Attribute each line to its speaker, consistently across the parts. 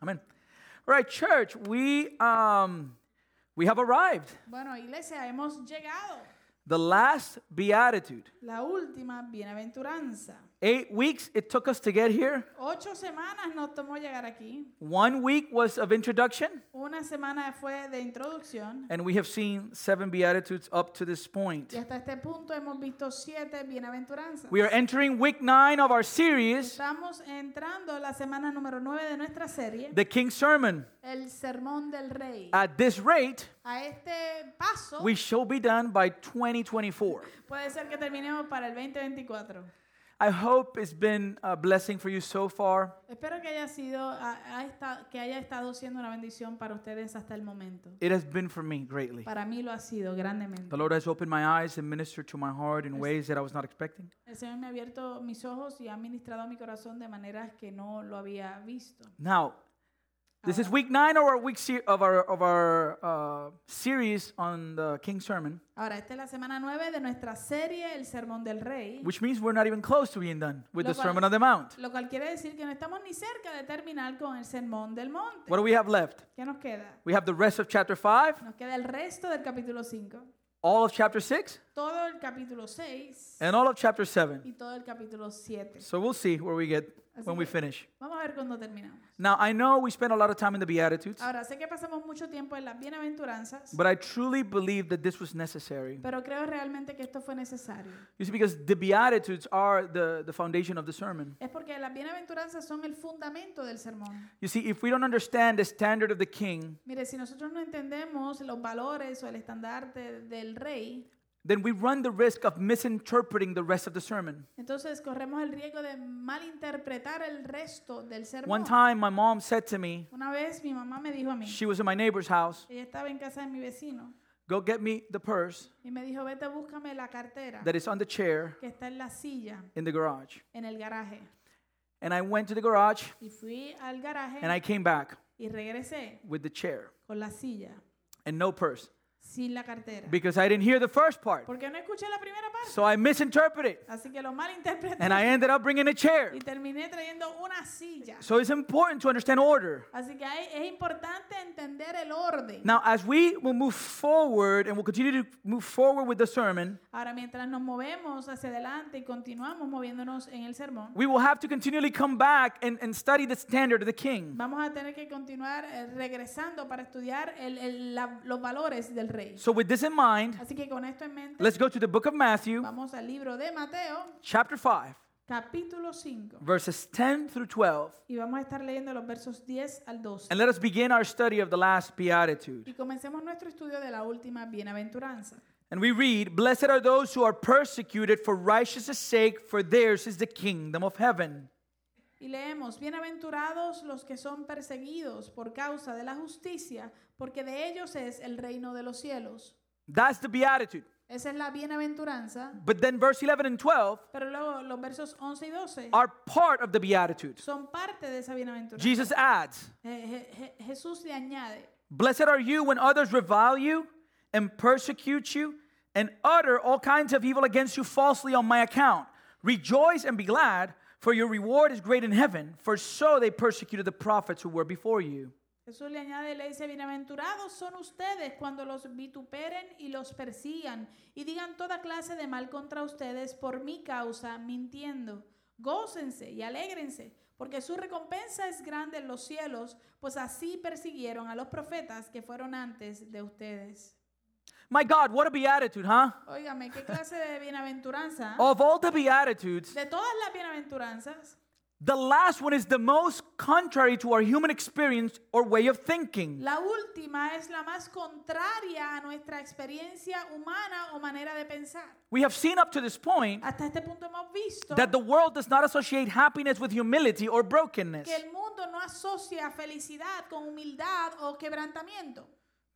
Speaker 1: Amén. All right, church, we, um, we have arrived.
Speaker 2: Bueno, iglesia, hemos llegado.
Speaker 1: The last beatitude.
Speaker 2: La última bienaventuranza.
Speaker 1: Eight weeks it took us to get here.
Speaker 2: Ocho semanas nos tomó llegar aquí.
Speaker 1: One week was of introduction,
Speaker 2: Una semana fue de introducción.
Speaker 1: and we have seen seven beatitudes up to this point.
Speaker 2: Y hasta este punto hemos visto siete bienaventuranzas.
Speaker 1: We are entering week nine of our series,
Speaker 2: Estamos entrando en la semana número nueve de nuestra serie,
Speaker 1: The King's Sermon.
Speaker 2: el Sermón del Rey.
Speaker 1: At this rate,
Speaker 2: A este paso
Speaker 1: Ah. we shall be done by 2024.
Speaker 2: puede ser que terminemos para el 2024.
Speaker 1: I hope it's been a blessing for you so far.
Speaker 2: Espero que haya sido ha- ha esta- que haya estado siendo una bendición para ustedes hasta el momento.
Speaker 1: It has been for me greatly.
Speaker 2: Para mí lo ha sido grandemente.
Speaker 1: The Lord has opened my eyes and ministered to my heart in ways that I was not expecting.
Speaker 2: El Señor me ha abierto mis ojos y ha ministrado mi corazón de maneras que no lo había visto.
Speaker 1: Now, this is week nine of our week se- of our of our uh, series on the King's Sermon,
Speaker 2: Ahora, esta es la semana 9 de nuestra serie El Sermón del Rey,
Speaker 1: which means we're not even close to being done with
Speaker 2: Lo
Speaker 1: the
Speaker 2: cual-
Speaker 1: Sermon on the Mount.
Speaker 2: lo cual quiere decir que no estamos ni cerca de terminar con el Sermón del Monte.
Speaker 1: What do we have left?
Speaker 2: ¿Qué nos queda?
Speaker 1: We have the rest of chapter five,
Speaker 2: Nos queda el resto del capítulo 5,
Speaker 1: all of chapter six,
Speaker 2: todo el capítulo 6
Speaker 1: and all of chapter seven.
Speaker 2: y todo el capítulo 7.
Speaker 1: So we'll see where we get
Speaker 2: Así
Speaker 1: when we
Speaker 2: que-
Speaker 1: finish.
Speaker 2: Vamos a ver cuándo terminamos.
Speaker 1: Now, I know we spent a lot of time in the Beatitudes,
Speaker 2: Ahora, sé que pasamos mucho tiempo en las bienaventuranzas,
Speaker 1: but I truly believe that this was necessary.
Speaker 2: pero creo realmente que esto fue necesario.
Speaker 1: You see, because the Beatitudes are the, the foundation of the sermon.
Speaker 2: Es porque las bienaventuranzas son el fundamento del sermón.
Speaker 1: You see, if we don't understand the standard of the king,
Speaker 2: Mire, si nosotros no entendemos los valores o el estandarte del rey,
Speaker 1: then we run the risk of misinterpreting the rest of the sermon.
Speaker 2: entonces corremos el riesgo de malinterpretar el resto del sermón.
Speaker 1: One time, my mom said to me,
Speaker 2: Una vez mi mamá me dijo a mí,
Speaker 1: she was in my neighbor's house,
Speaker 2: ella estaba en casa de mi vecino,
Speaker 1: go get me the purse
Speaker 2: y me dijo, vete, búscame la cartera
Speaker 1: that is on the chair
Speaker 2: que está en la silla,
Speaker 1: in the garage.
Speaker 2: en el garaje.
Speaker 1: And I went to the garage
Speaker 2: Y fui al garaje
Speaker 1: and I came back
Speaker 2: y regresé
Speaker 1: with the chair
Speaker 2: con la silla,
Speaker 1: and no purse
Speaker 2: sin la cartera.
Speaker 1: because I didn't hear the first part.
Speaker 2: Porque no escuché la primera parte,
Speaker 1: So I misinterpreted
Speaker 2: así que lo malinterpreté
Speaker 1: and I ended up bringing a chair.
Speaker 2: y terminé trayendo una silla.
Speaker 1: So it's important to understand order.
Speaker 2: Así que hay- es importante entender el orden.
Speaker 1: Now, as we will move forward and we'll continue to move forward with the sermon,
Speaker 2: Ahora, mientras nos movemos hacia adelante y continuamos moviéndonos en el sermón,
Speaker 1: we will have to continually come back and, and study the standard of the king.
Speaker 2: vamos a tener que continuar eh, regresando para estudiar el- el- la- los valores del rey.
Speaker 1: So, with this in mind,
Speaker 2: Así que con esto en mente,
Speaker 1: let's go to the book of Matthew,
Speaker 2: vamos al libro de Mateo,
Speaker 1: chapter 5,
Speaker 2: capítulo 5,
Speaker 1: verses 10 through 12,
Speaker 2: y vamos a estar leyendo los versos 10 al 12.
Speaker 1: and let us begin our study of the last beatitude.
Speaker 2: Y comencemos nuestro estudio de la última bienaventuranza.
Speaker 1: And we read, Blessed are those who are persecuted for righteousness' sake, for theirs is the kingdom of heaven.
Speaker 2: Y leemos, bienaventurados los que son perseguidos por causa de la justicia, porque de ellos es el reino de los cielos.
Speaker 1: That's the beatitude.
Speaker 2: Esa es la bienaventuranza.
Speaker 1: But then, verse 11 and 12
Speaker 2: Pero luego los versos 11 y 12
Speaker 1: are part of the beatitude.
Speaker 2: son parte de esa bienaventuranza.
Speaker 1: Jesus adds,
Speaker 2: Je- je- je- Jesús le añade,
Speaker 1: Blessed are you when others revile you and persecute you and utter all kinds of evil against you falsely on my account. Rejoice and be glad, for your reward is great in heaven, for so they persecuted the prophets who were before you.
Speaker 2: Jesús le añade y le dice, bienaventurados son ustedes cuando los vituperen y los persigan y digan toda clase de mal contra ustedes por mi causa, mintiendo. Gócense y alégrense, porque su recompensa es grande en los cielos, pues así persiguieron a los profetas que fueron antes de ustedes.
Speaker 1: My God, what a beatitude, huh?
Speaker 2: Óigame, ¿qué clase de bienaventuranza?
Speaker 1: Of all the beatitudes,
Speaker 2: De todas las bienaventuranzas,
Speaker 1: the last one is the most contrary to our human experience or way of thinking.
Speaker 2: La última es la más contraria a nuestra experiencia humana o manera de pensar.
Speaker 1: We have seen up to this point
Speaker 2: Hasta este punto hemos visto
Speaker 1: that the world does not associate happiness with humility or brokenness.
Speaker 2: que el mundo no asocia felicidad con humildad o quebrantamiento.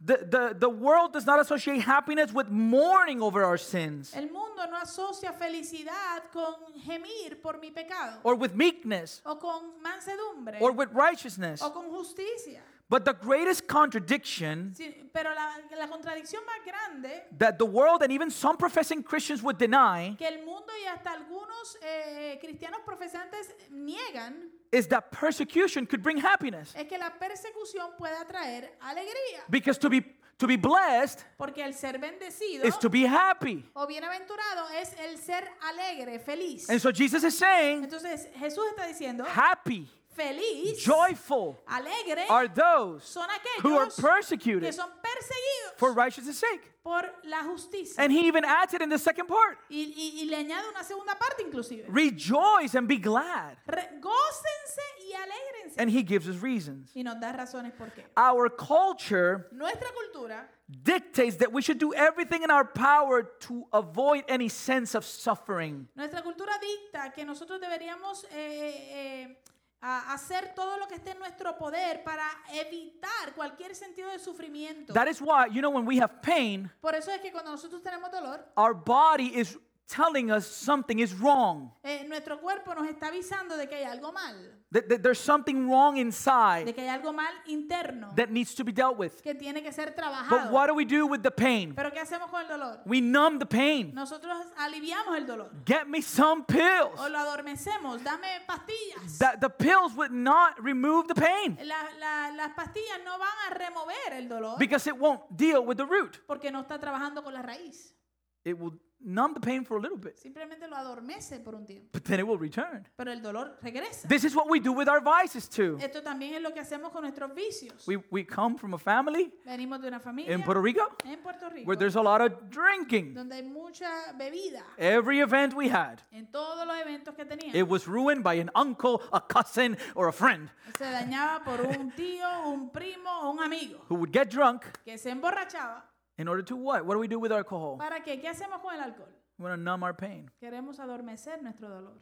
Speaker 1: The, the, the world does not associate happiness with mourning over our sins.
Speaker 2: El mundo mundo no asocia felicidad con gemir por mi pecado
Speaker 1: or with meekness
Speaker 2: o con mansedumbre
Speaker 1: or with righteousness.
Speaker 2: o con justicia.
Speaker 1: But the greatest contradiction
Speaker 2: Sí, pero la, la contradicción más grande
Speaker 1: that the world and even some professing Christians would deny
Speaker 2: que el mundo y hasta algunos eh, cristianos profesantes niegan
Speaker 1: is that persecution could bring happiness.
Speaker 2: es que la persecución puede traer alegría.
Speaker 1: Because to be to be blessed
Speaker 2: Porque el ser bendecido
Speaker 1: is to be happy.
Speaker 2: o bienaventurado es el ser alegre, feliz.
Speaker 1: And so Jesus is saying,
Speaker 2: Entonces Jesús está diciendo,
Speaker 1: happy,
Speaker 2: feliz,
Speaker 1: joyful
Speaker 2: alegre
Speaker 1: are those
Speaker 2: son
Speaker 1: who are
Speaker 2: aquellos que
Speaker 1: persecuted
Speaker 2: son perseguidos
Speaker 1: for righteousness' sake.
Speaker 2: por la justicia.
Speaker 1: And he even adds it in the second part.
Speaker 2: Y, y- y le añade una segunda parte inclusive.
Speaker 1: Rejoice and be glad.
Speaker 2: Re- gócense y alegrense.
Speaker 1: And he gives us reasons.
Speaker 2: Y nos da razones por qué.
Speaker 1: Our culture
Speaker 2: Nuestra cultura
Speaker 1: dictates that we should do everything in our power to avoid any sense of suffering.
Speaker 2: Nuestra cultura dicta que nosotros deberíamos eh, eh, eh, a- hacer todo lo que esté en nuestro poder para evitar cualquier sentido de sufrimiento.
Speaker 1: That is why, you know, when we have pain,
Speaker 2: Por eso es que cuando nosotros tenemos dolor,
Speaker 1: our body is telling us something is wrong,
Speaker 2: eh, nuestro cuerpo nos está avisando de que hay algo mal,
Speaker 1: that, that there's something wrong
Speaker 2: de
Speaker 1: inside
Speaker 2: que hay algo mal interno
Speaker 1: that needs to be dealt with.
Speaker 2: que tiene que ser
Speaker 1: But
Speaker 2: trabajado.
Speaker 1: what do we do with the pain?
Speaker 2: Pero ¿qué hacemos con el dolor?
Speaker 1: We numb the pain.
Speaker 2: Nosotros aliviamos el dolor
Speaker 1: Get me some pills.
Speaker 2: o lo adormecemos, dame pastillas.
Speaker 1: That the pills would not remove the pain
Speaker 2: La- la- las pastillas no van a remover el dolor
Speaker 1: because it won't deal with the root.
Speaker 2: porque no está trabajando con la raíz.
Speaker 1: It will numb the pain for a little bit,
Speaker 2: Simplemente lo adormece por un tiempo,
Speaker 1: but then it will return.
Speaker 2: pero el dolor regresa.
Speaker 1: This is what we do with our vices too.
Speaker 2: Esto también es lo que hacemos con nuestros vicios.
Speaker 1: We, we come from a family
Speaker 2: Venimos de una familia
Speaker 1: in Puerto Rico
Speaker 2: en Puerto Rico
Speaker 1: where there's a lot of drinking.
Speaker 2: donde hay mucha bebida
Speaker 1: Every event we had,
Speaker 2: en todos los eventos que teníamos.
Speaker 1: it was ruined by an uncle, a cousin, or a friend
Speaker 2: Se dañaba por un tío, un primo o un amigo
Speaker 1: who would get drunk
Speaker 2: que se emborrachaba.
Speaker 1: in order to what? What do we do with alcohol?
Speaker 2: ¿Para qué? ¿Qué hacemos con el alcohol?
Speaker 1: We want to numb our pain.
Speaker 2: Queremos adormecer nuestro dolor.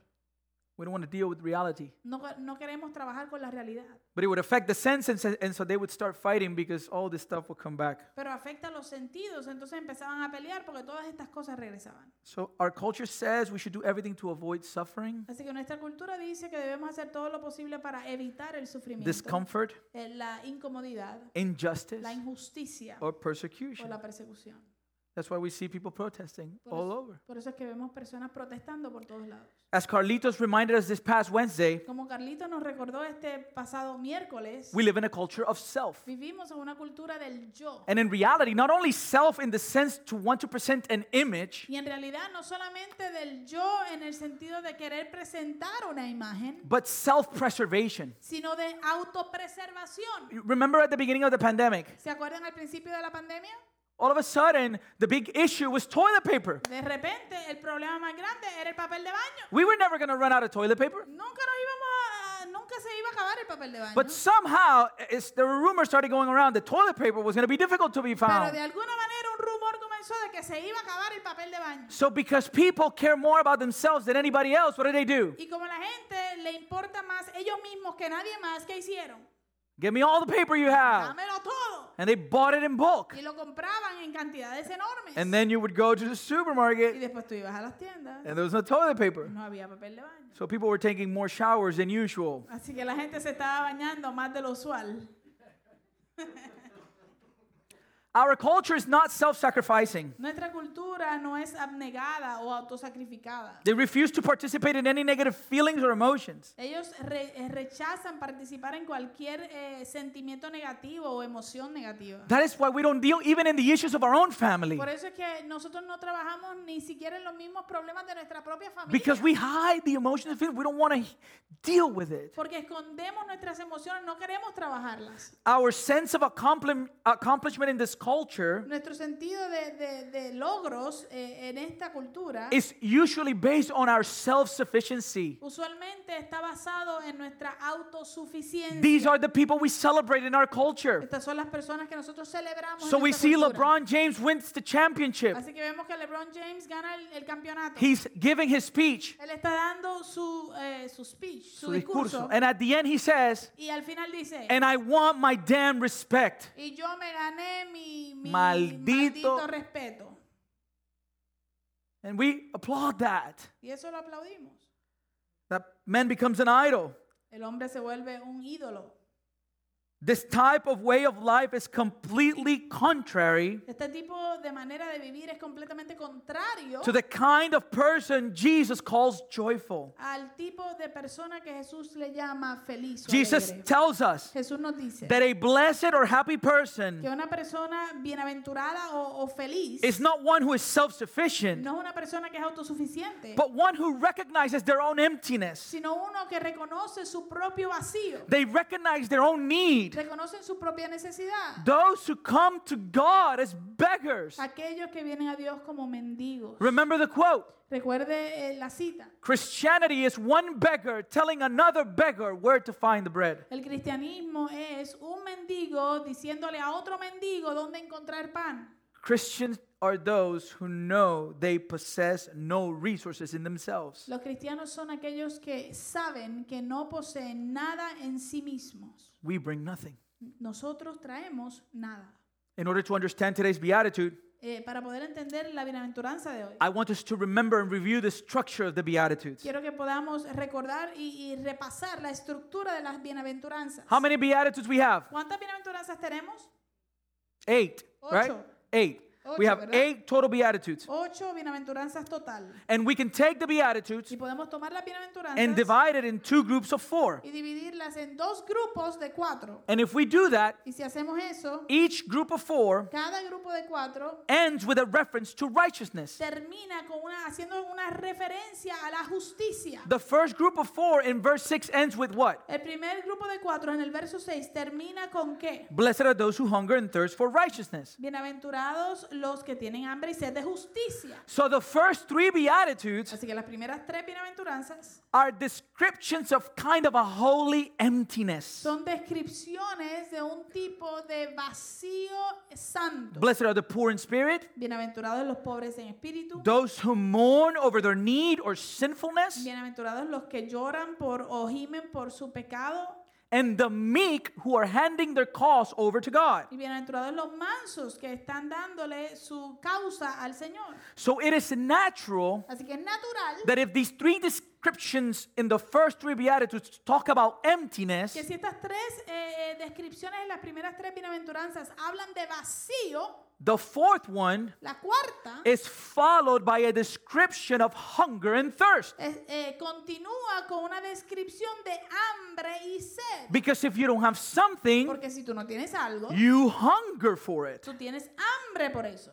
Speaker 1: We don't want to deal with reality.
Speaker 2: No, no queremos trabajar con la realidad,
Speaker 1: But it would affect the senses, and and so they would start fighting because all this stuff would come back.
Speaker 2: pero afecta los sentidos. Entonces empezaban a pelear porque todas estas cosas regresaban.
Speaker 1: So our culture says we should do everything to avoid suffering,
Speaker 2: Así que nuestra cultura dice que debemos hacer todo lo posible para evitar el sufrimiento,
Speaker 1: discomfort,
Speaker 2: eh, la incomodidad,
Speaker 1: injustice,
Speaker 2: la injusticia
Speaker 1: or
Speaker 2: o
Speaker 1: persecution.
Speaker 2: la persecución.
Speaker 1: That's why we see people protesting
Speaker 2: Por
Speaker 1: all
Speaker 2: eso,
Speaker 1: over.
Speaker 2: por eso es que vemos personas protestando por todos lados.
Speaker 1: As Carlitos reminded us this past Wednesday,
Speaker 2: Como Carlito nos recordó este pasado miércoles,
Speaker 1: we live in a culture of self.
Speaker 2: vivimos en una cultura del yo.
Speaker 1: And in reality, not only self in the sense to want to present an image,
Speaker 2: Y en realidad no solamente del yo en el sentido de querer presentar una imagen,
Speaker 1: but self preservation.
Speaker 2: sino de autopreservación.
Speaker 1: Remember at the beginning of the pandemic,
Speaker 2: ¿Se acuerdan al principio de la pandemia?
Speaker 1: all of a sudden, the big issue was toilet paper.
Speaker 2: De repente el problema más grande era el papel de baño.
Speaker 1: We were never going to run out of toilet paper.
Speaker 2: Nunca nos íbamos a, nunca se iba a acabar el papel de baño.
Speaker 1: But somehow, it's, there were rumors started going around that toilet paper was going to be difficult to be
Speaker 2: Pero de
Speaker 1: found.
Speaker 2: alguna manera un rumor comenzó de que se iba a acabar el papel de baño.
Speaker 1: So, because people care more about themselves than anybody else, what do they do?
Speaker 2: Y como la gente le importa más ellos mismos que nadie más, ¿qué hicieron?
Speaker 1: Give me all the paper you have.
Speaker 2: Dámelo todo.
Speaker 1: And they bought it in bulk.
Speaker 2: Y lo compraban en cantidades enormes.
Speaker 1: And then you would go to the
Speaker 2: y
Speaker 1: supermarket
Speaker 2: después tú ibas a las tiendas.
Speaker 1: and there was no toilet paper.
Speaker 2: No había papel de baño.
Speaker 1: So people were taking more showers than usual.
Speaker 2: Así que la gente se estaba bañando más de lo usual.
Speaker 1: Our culture is not self sacrificing.
Speaker 2: Nuestra cultura no es abnegada o autosacrificada.
Speaker 1: They refuse to participate in any negative feelings or emotions.
Speaker 2: Ellos re- eh, rechazan participar en cualquier eh, sentimiento negativo o emoción negativa.
Speaker 1: That is why we don't deal even in the issues of our own family
Speaker 2: Por eso es que nosotros no trabajamos ni siquiera en los mismos problemas de nuestra propia familia.
Speaker 1: because we hide the emotions and feelings. We don't want to deal with it.
Speaker 2: Porque escondemos nuestras emociones, no queremos trabajarlas.
Speaker 1: Our sense of accompli- accomplishment in this culture
Speaker 2: Nuestro sentido de, de- de logros eh, en esta cultura
Speaker 1: is usually based on our self sufficiency.
Speaker 2: usualmente está basado en nuestra
Speaker 1: These
Speaker 2: autosuficiencia.
Speaker 1: are the people we celebrate in our culture.
Speaker 2: Estas son las personas que nosotros celebramos. en
Speaker 1: So we
Speaker 2: nuestra
Speaker 1: see
Speaker 2: cultura.
Speaker 1: LeBron James wins the championship.
Speaker 2: Así que vemos que LeBron James gana el, el campeonato.
Speaker 1: He's giving his speech,
Speaker 2: Él está dando su, eh, su speech, su,
Speaker 1: su
Speaker 2: discurso.
Speaker 1: discurso. And at the end, he says,
Speaker 2: y al final dice,
Speaker 1: And I want my damn respect.
Speaker 2: y yo me gané mi, mi
Speaker 1: Maldito-
Speaker 2: respeto.
Speaker 1: And we applaud that.
Speaker 2: Y eso lo aplaudimos.
Speaker 1: That man becomes an idol.
Speaker 2: El hombre se vuelve un ídolo.
Speaker 1: This type of way of life is completely contrary
Speaker 2: Este tipo de manera de vivir es completamente contrario
Speaker 1: to the kind of person Jesus calls joyful.
Speaker 2: al tipo de persona que Jesús le llama feliz. o
Speaker 1: Jesus
Speaker 2: alegre.
Speaker 1: tells us
Speaker 2: Jesús nos dice
Speaker 1: that a blessed or happy
Speaker 2: que
Speaker 1: person
Speaker 2: una persona bienaventurada o, o feliz
Speaker 1: is not one who is self sufficient,
Speaker 2: no es una persona que es autosuficiente,
Speaker 1: but one who recognizes their own emptiness.
Speaker 2: sino uno que reconoce su propio vacío,
Speaker 1: They recognize their own need.
Speaker 2: reconocen su propia necesidad.
Speaker 1: Those who come to God as beggars.
Speaker 2: Aquellos que vienen a Dios como mendigos.
Speaker 1: Remember the quote
Speaker 2: Recuerde eh, la cita.
Speaker 1: Christianity is one beggar telling another beggar where to find the bread.
Speaker 2: El cristianismo es un mendigo diciéndole a otro mendigo dónde encontrar pan.
Speaker 1: Christians are those who know they possess no resources in themselves.
Speaker 2: Los cristianos son aquellos que saben que no poseen nada en sí mismos.
Speaker 1: We bring nothing.
Speaker 2: Nosotros traemos nada.
Speaker 1: In order to understand today's beatitude,
Speaker 2: Eh, para poder entender la bienaventuranza de hoy,
Speaker 1: I want us to remember and review the structure of the beatitudes.
Speaker 2: quiero que podamos recordar y, y repasar la estructura de las bienaventuranzas.
Speaker 1: How many beatitudes we have?
Speaker 2: ¿Cuántas bienaventuranzas tenemos?
Speaker 1: 8, right?
Speaker 2: Ocho.
Speaker 1: 8. We
Speaker 2: Ocho,
Speaker 1: have
Speaker 2: ¿verdad?
Speaker 1: 8 total beatitudes.
Speaker 2: Ocho bienaventuranzas total.
Speaker 1: And we can take the beatitudes
Speaker 2: Y podemos tomar las bienaventuranzas
Speaker 1: and divide it in two groups of 4.
Speaker 2: y dividirlas en dos grupos de cuatro.
Speaker 1: And if we do that,
Speaker 2: Y si hacemos eso,
Speaker 1: each group of 4
Speaker 2: cada grupo de cuatro
Speaker 1: ends with a reference to righteousness.
Speaker 2: termina con una, haciendo una referencia a la justicia.
Speaker 1: The first group of four in verse 6 ends with what?
Speaker 2: El primer grupo de cuatro en el verso 6 termina con qué?
Speaker 1: Blessed are those who hunger and thirst for righteousness.
Speaker 2: Bienaventurados los que tienen hambre y sed de justicia.
Speaker 1: So the first three Beatitudes
Speaker 2: Así que las primeras tres bienaventuranzas
Speaker 1: are descriptions of kind of a holy emptiness.
Speaker 2: son descripciones de un tipo de vacío santo.
Speaker 1: Blessed are the poor in spirit,
Speaker 2: Bienaventurados los pobres en espíritu.
Speaker 1: those who mourn over their need or sinfulness,
Speaker 2: Bienaventurados los que lloran por o gimen por su pecado.
Speaker 1: and the meek who are handing their cause over to God.
Speaker 2: Y bienaventurados los mansos que están dándole su causa al Señor.
Speaker 1: So it is natural
Speaker 2: Así que es natural
Speaker 1: that if these three descriptions in the first three Beatitudes talk about emptiness,
Speaker 2: que si estas tres eh, eh, descripciones en las primeras tres bienaventuranzas hablan de vacío,
Speaker 1: the fourth one
Speaker 2: la cuarta
Speaker 1: is followed by a description of hunger and thirst.
Speaker 2: es, eh, continúa con una descripción de hambre y sed.
Speaker 1: Because if you don't have something,
Speaker 2: Porque si tú no tienes algo,
Speaker 1: you hunger for it.
Speaker 2: tú tienes hambre por eso.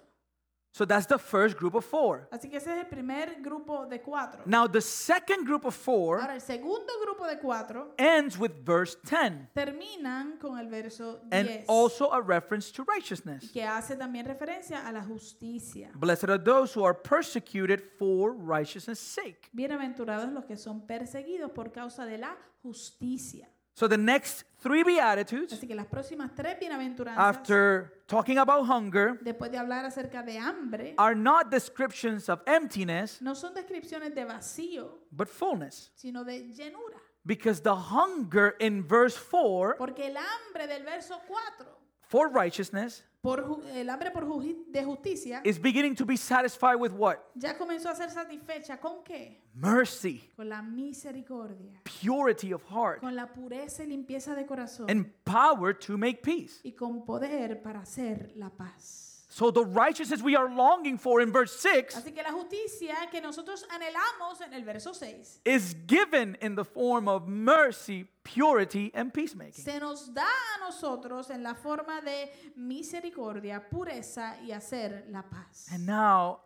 Speaker 1: So that's the first group of four.
Speaker 2: Así que ese es el primer grupo de cuatro.
Speaker 1: Now, the second group of four
Speaker 2: Ahora, el segundo grupo de cuatro
Speaker 1: ends with verse 10
Speaker 2: terminan con el verso
Speaker 1: and
Speaker 2: 10,
Speaker 1: also a reference to righteousness.
Speaker 2: que hace también referencia a la justicia.
Speaker 1: Blessed are those who are persecuted for righteousness' sake.
Speaker 2: Bienaventurados los que son perseguidos por causa de la justicia.
Speaker 1: So the next three Beatitudes,
Speaker 2: Así que las próximas tres bienaventuranzas,
Speaker 1: after talking about hunger,
Speaker 2: después de hablar acerca de hambre,
Speaker 1: are not descriptions of emptiness,
Speaker 2: no son descripciones de vacío,
Speaker 1: but fullness.
Speaker 2: sino de llenura.
Speaker 1: Because the hunger in verse 4
Speaker 2: Porque el hambre del verso 4,
Speaker 1: for righteousness
Speaker 2: por ju- el hambre por ju- de justicia,
Speaker 1: is beginning to be satisfied with what?
Speaker 2: ya comenzó a ser satisfecha. ¿Con qué?
Speaker 1: Mercy,
Speaker 2: Con la misericordia,
Speaker 1: purity of heart,
Speaker 2: con la pureza y limpieza de corazón.
Speaker 1: and power to make peace.
Speaker 2: y con poder para hacer la paz.
Speaker 1: So the righteousness we are longing for in verse 6
Speaker 2: Así que la justicia que nosotros anhelamos en el verso 6
Speaker 1: is given in the form of mercy, purity, and peacemaking.
Speaker 2: se nos da a nosotros en la forma de misericordia, pureza y hacer la paz.
Speaker 1: And now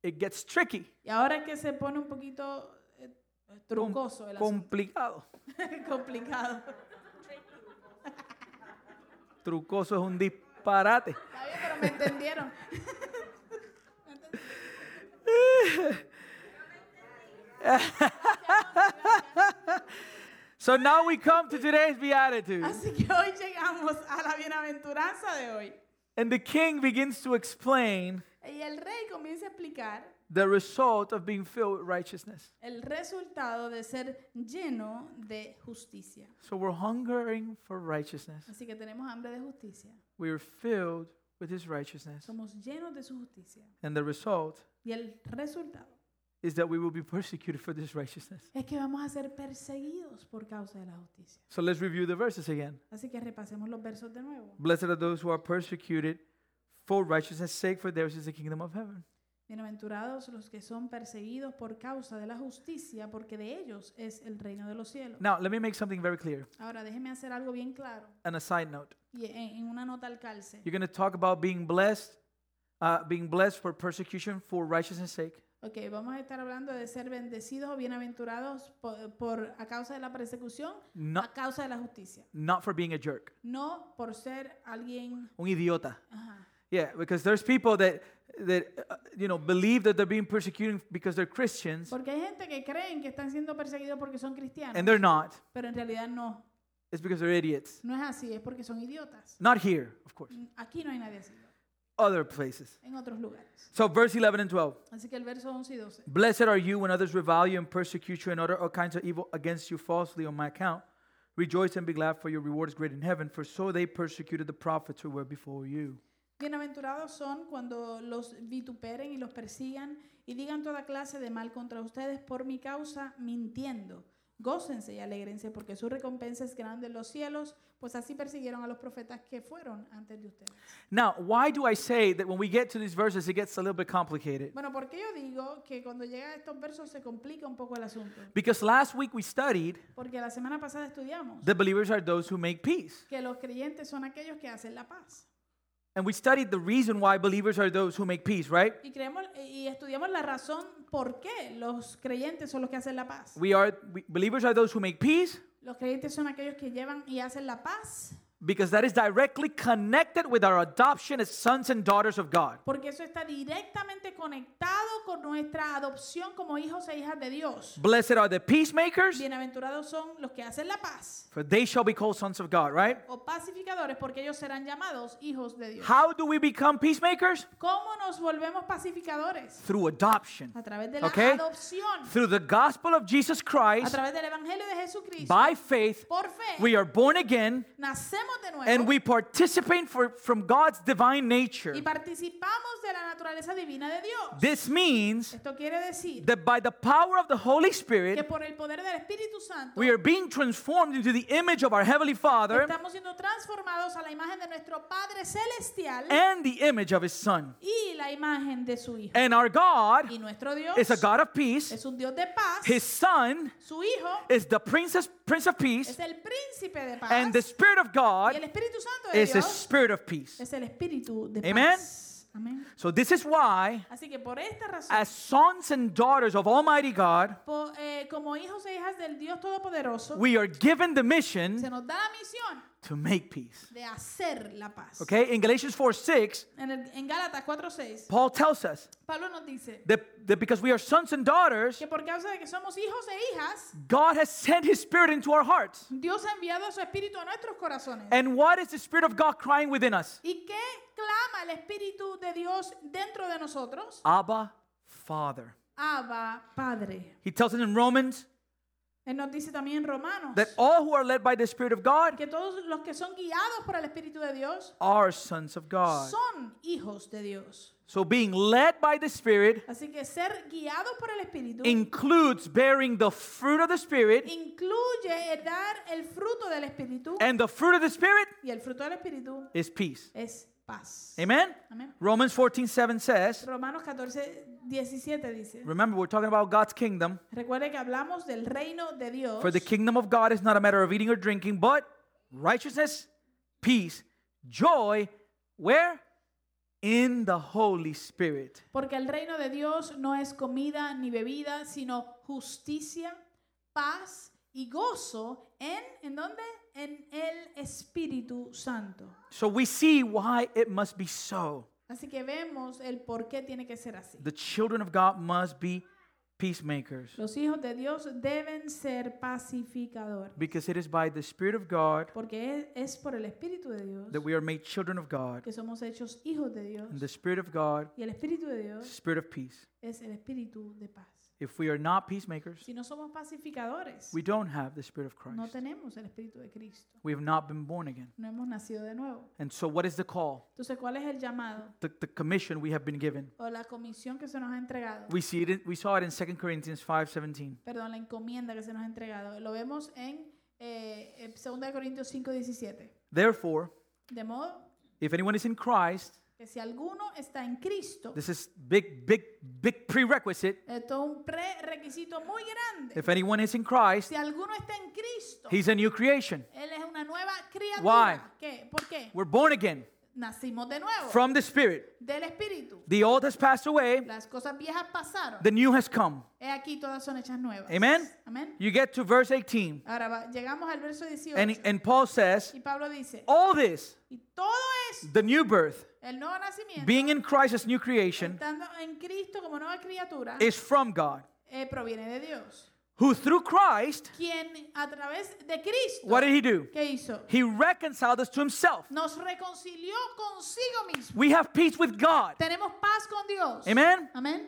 Speaker 1: it gets tricky.
Speaker 2: Y ahora que se pone un poquito eh,
Speaker 1: com-
Speaker 2: trucoso el asunto,
Speaker 1: complicado.
Speaker 2: complicado.
Speaker 1: Trucoso es un disparate.
Speaker 2: Está bien, pero me entendieron.
Speaker 1: So now we come to today's beatitude.
Speaker 2: Así que hoy llegamos a la bienaventuranza de hoy.
Speaker 1: And the king begins to explain
Speaker 2: Y el rey comienza a explicar
Speaker 1: the result of being filled with righteousness.
Speaker 2: el resultado de ser lleno de justicia.
Speaker 1: So we're hungering for righteousness.
Speaker 2: Así que tenemos hambre de justicia.
Speaker 1: We're filled with his righteousness.
Speaker 2: Somos llenos de su justicia.
Speaker 1: And the result
Speaker 2: Y el resultado
Speaker 1: is that we will be persecuted for this righteousness.
Speaker 2: es que vamos a ser perseguidos por causa de la justicia.
Speaker 1: So let's review the verses again.
Speaker 2: Así que repasemos los versos de nuevo.
Speaker 1: Blessed are those who are persecuted for righteousness' sake, for theirs is the kingdom of heaven.
Speaker 2: Bienaventurados los que son perseguidos por causa de la justicia, porque de ellos es el reino de los cielos.
Speaker 1: Now, let me make something very clear.
Speaker 2: Ahora déjeme hacer algo bien claro
Speaker 1: And a side note
Speaker 2: y en, en una nota al calce.
Speaker 1: you're going to talk about being blessed, uh, being blessed for persecution for righteousness' sake.
Speaker 2: Ok, vamos a estar hablando de ser bendecidos o bienaventurados por, por- a causa de la persecución,
Speaker 1: Not,
Speaker 2: a causa de la justicia,
Speaker 1: not for being a jerk,
Speaker 2: no por ser alguien.
Speaker 1: un idiota.
Speaker 2: ajá.
Speaker 1: Yeah, because there's people that that uh, you know believe that they're being persecuted because they're Christians
Speaker 2: Porque hay gente que creen que están siendo perseguidos porque son cristianos,
Speaker 1: and they're not.
Speaker 2: pero en realidad no.
Speaker 1: It's because they're idiots.
Speaker 2: No es así, es porque son idiotas.
Speaker 1: Not here, of course.
Speaker 2: Aquí no hay nadie así,
Speaker 1: Other places.
Speaker 2: en otros lugares.
Speaker 1: So verse 11 and 12.
Speaker 2: Así que el verso 11 y 12.
Speaker 1: Blessed are you when others revile you and persecute you and utter all kinds of evil against you falsely on my account. Rejoice and be glad, for your reward is great in heaven. For so they persecuted the prophets who were before you.
Speaker 2: Bienaventurados son cuando los vituperen y los persigan y digan toda clase de mal contra ustedes por mi causa, mintiendo. Gócense y alegrense porque su recompensa es grande en los cielos, pues así persiguieron a los profetas que fueron antes de ustedes.
Speaker 1: Now, why do I say that when we get to these verses, it gets a little bit complicated?
Speaker 2: Bueno, ¿por qué yo digo que cuando llega a estos versos se complica un poco el asunto?
Speaker 1: Because last week we studied
Speaker 2: Porque la semana pasada estudiamos
Speaker 1: the believers are those who make peace.
Speaker 2: que los creyentes son aquellos que hacen la paz.
Speaker 1: And we studied the reason why believers are those who make peace, right?
Speaker 2: Y, creemos, y estudiamos la razón por qué los creyentes son los que hacen la paz.
Speaker 1: We are we, believers are those who make peace
Speaker 2: Los creyentes son aquellos que llevan y hacen la paz,
Speaker 1: because that is directly connected with our adoption as sons and daughters of God.
Speaker 2: porque eso está directamente conectado con nuestra adopción como hijos e hijas de Dios.
Speaker 1: Blessed are the peacemakers,
Speaker 2: Bienaventurados son los que hacen la paz
Speaker 1: for they shall be called sons of God, right?
Speaker 2: o pacificadores, porque ellos serán llamados hijos de Dios.
Speaker 1: How do we become peacemakers?
Speaker 2: ¿Cómo nos volvemos pacificadores?
Speaker 1: Through adoption.
Speaker 2: A través de la
Speaker 1: Okay.
Speaker 2: adopción,
Speaker 1: Through the gospel of Jesus
Speaker 2: a
Speaker 1: Christ,
Speaker 2: través del Evangelio de Jesucristo.
Speaker 1: by faith,
Speaker 2: Por fe,
Speaker 1: we are born again
Speaker 2: nacemos de nuevo
Speaker 1: and we participate for, from God's divine nature.
Speaker 2: y participamos de la naturaleza divina de Dios.
Speaker 1: This means
Speaker 2: Esto quiere decir
Speaker 1: that by the power of the Holy
Speaker 2: que
Speaker 1: Spirit,
Speaker 2: por el poder del Espíritu Santo
Speaker 1: We are being transformed into the image of our Heavenly Father
Speaker 2: Estamos siendo transformados a la imagen de nuestro Padre Celestial
Speaker 1: and the image of His Son.
Speaker 2: y la imagen de su Hijo.
Speaker 1: And our God
Speaker 2: Y nuestro Dios
Speaker 1: is a God of peace.
Speaker 2: es un Dios de paz.
Speaker 1: His Son
Speaker 2: su Hijo
Speaker 1: is the Princess, Prince of Peace.
Speaker 2: es el Príncipe de paz.
Speaker 1: And the Spirit of
Speaker 2: y
Speaker 1: God
Speaker 2: el Espíritu Santo de
Speaker 1: is the
Speaker 2: Dios
Speaker 1: Spirit of Peace.
Speaker 2: es el Espíritu de
Speaker 1: Amen.
Speaker 2: paz. Amén.
Speaker 1: So, this is why,
Speaker 2: Así que por esta razón,
Speaker 1: as sons and daughters of Almighty God,
Speaker 2: po- eh, como hijos e hijas del Dios Todopoderoso,
Speaker 1: we are given the mission
Speaker 2: se nos da la misión
Speaker 1: to make peace.
Speaker 2: de hacer la paz.
Speaker 1: Okay? In Galatians 4 6,
Speaker 2: En, el- en Gálatas 4:6,
Speaker 1: Paul tells us
Speaker 2: Pablo nos dice
Speaker 1: that, that because we are sons and daughters,
Speaker 2: que por causa de que somos hijos e hijas,
Speaker 1: God has sent His Spirit into our hearts.
Speaker 2: Dios ha enviado a su espíritu a nuestros corazones.
Speaker 1: And what is the Spirit of God crying within us?
Speaker 2: ¿Y qué clama el espíritu de Dios dentro de nosotros?
Speaker 1: Abba, Father.
Speaker 2: Abba, Padre.
Speaker 1: He tells us in Romans
Speaker 2: Él nos dice también en Romanos
Speaker 1: that all who are led by the Spirit of God
Speaker 2: que todos los que son guiados por el espíritu de Dios
Speaker 1: are sons of God.
Speaker 2: son hijos de Dios.
Speaker 1: So being led by the Spirit
Speaker 2: Así que ser guiados por el espíritu
Speaker 1: includes bearing the fruit of the Spirit,
Speaker 2: incluye el dar el fruto del espíritu
Speaker 1: and the fruit of the Spirit
Speaker 2: y el fruto del espíritu
Speaker 1: is peace.
Speaker 2: es paz.
Speaker 1: Amen?
Speaker 2: Amén.
Speaker 1: Romans 14 7 says,
Speaker 2: Romanos 14, 17 dice.
Speaker 1: Remember, we're talking about God's kingdom.
Speaker 2: Recuerde que hablamos del reino de Dios.
Speaker 1: For the kingdom of God is not a matter of eating or drinking, but righteousness, peace, joy, where? In the Holy Spirit.
Speaker 2: Porque el reino de Dios no es comida ni bebida, sino justicia, paz y gozo en ¿en dónde? En el Espíritu Santo.
Speaker 1: So we see why it must be so.
Speaker 2: Así que vemos el por qué tiene que ser así.
Speaker 1: The children of God must be peacemakers
Speaker 2: Los hijos de Dios deben ser pacificadores,
Speaker 1: because it is by the Spirit of God
Speaker 2: porque es, es por el Espíritu de Dios
Speaker 1: that we are made children of God.
Speaker 2: que somos hechos hijos de Dios.
Speaker 1: And the Spirit of God
Speaker 2: Y el Espíritu de
Speaker 1: is the
Speaker 2: Dios
Speaker 1: Spirit of peace.
Speaker 2: es el Espíritu de paz.
Speaker 1: If we are not peacemakers,
Speaker 2: Si no somos pacificadores,
Speaker 1: we don't have the Spirit of Christ.
Speaker 2: no tenemos el Espíritu de Cristo.
Speaker 1: We have not been born again.
Speaker 2: No hemos nacido de nuevo.
Speaker 1: And so, what is the call?
Speaker 2: Entonces, ¿cuál es el llamado
Speaker 1: The, the commission we have been given.
Speaker 2: o la comisión que se nos ha entregado?
Speaker 1: We see it. In, we saw it in 2 Corinthians 5:17.
Speaker 2: Perdón, la encomienda que se nos ha entregado. Lo vemos en eh, en 2 de Corintios 5, 17.
Speaker 1: Therefore,
Speaker 2: De modo
Speaker 1: if anyone is in Christ,
Speaker 2: que si alguno está en Cristo,
Speaker 1: this is big, big, big prerequisite.
Speaker 2: esto es un prerequisito muy grande.
Speaker 1: If anyone is in Christ,
Speaker 2: Si alguno está en Cristo,
Speaker 1: he's a new creation.
Speaker 2: él es una nueva criatura. ¿Qué? ¿Por qué?
Speaker 1: We're born again
Speaker 2: Nacimos de nuevo
Speaker 1: from the Spirit.
Speaker 2: del Espíritu.
Speaker 1: The old has passed away,
Speaker 2: Las cosas viejas pasaron.
Speaker 1: the new has come.
Speaker 2: He aquí todas son hechas nuevas.
Speaker 1: Amen.
Speaker 2: Amén.
Speaker 1: You get to verse 18,
Speaker 2: Ahora va- llegamos al verso 18.
Speaker 1: and, and Paul says,
Speaker 2: y Pablo dice,
Speaker 1: All this,
Speaker 2: y todo es
Speaker 1: the new birth,
Speaker 2: el nuevo nacimiento,
Speaker 1: being in Christ as new creation,
Speaker 2: estando en Cristo como nueva criatura,
Speaker 1: is from God,
Speaker 2: eh, proviene de Dios.
Speaker 1: who through Christ,
Speaker 2: Quien a través de Cristo,
Speaker 1: what did he do?
Speaker 2: ¿qué hizo?
Speaker 1: He reconciled us to himself.
Speaker 2: Nos reconcilió consigo mismo.
Speaker 1: We have peace with God.
Speaker 2: Tenemos paz con Dios.
Speaker 1: Amen.
Speaker 2: Amén.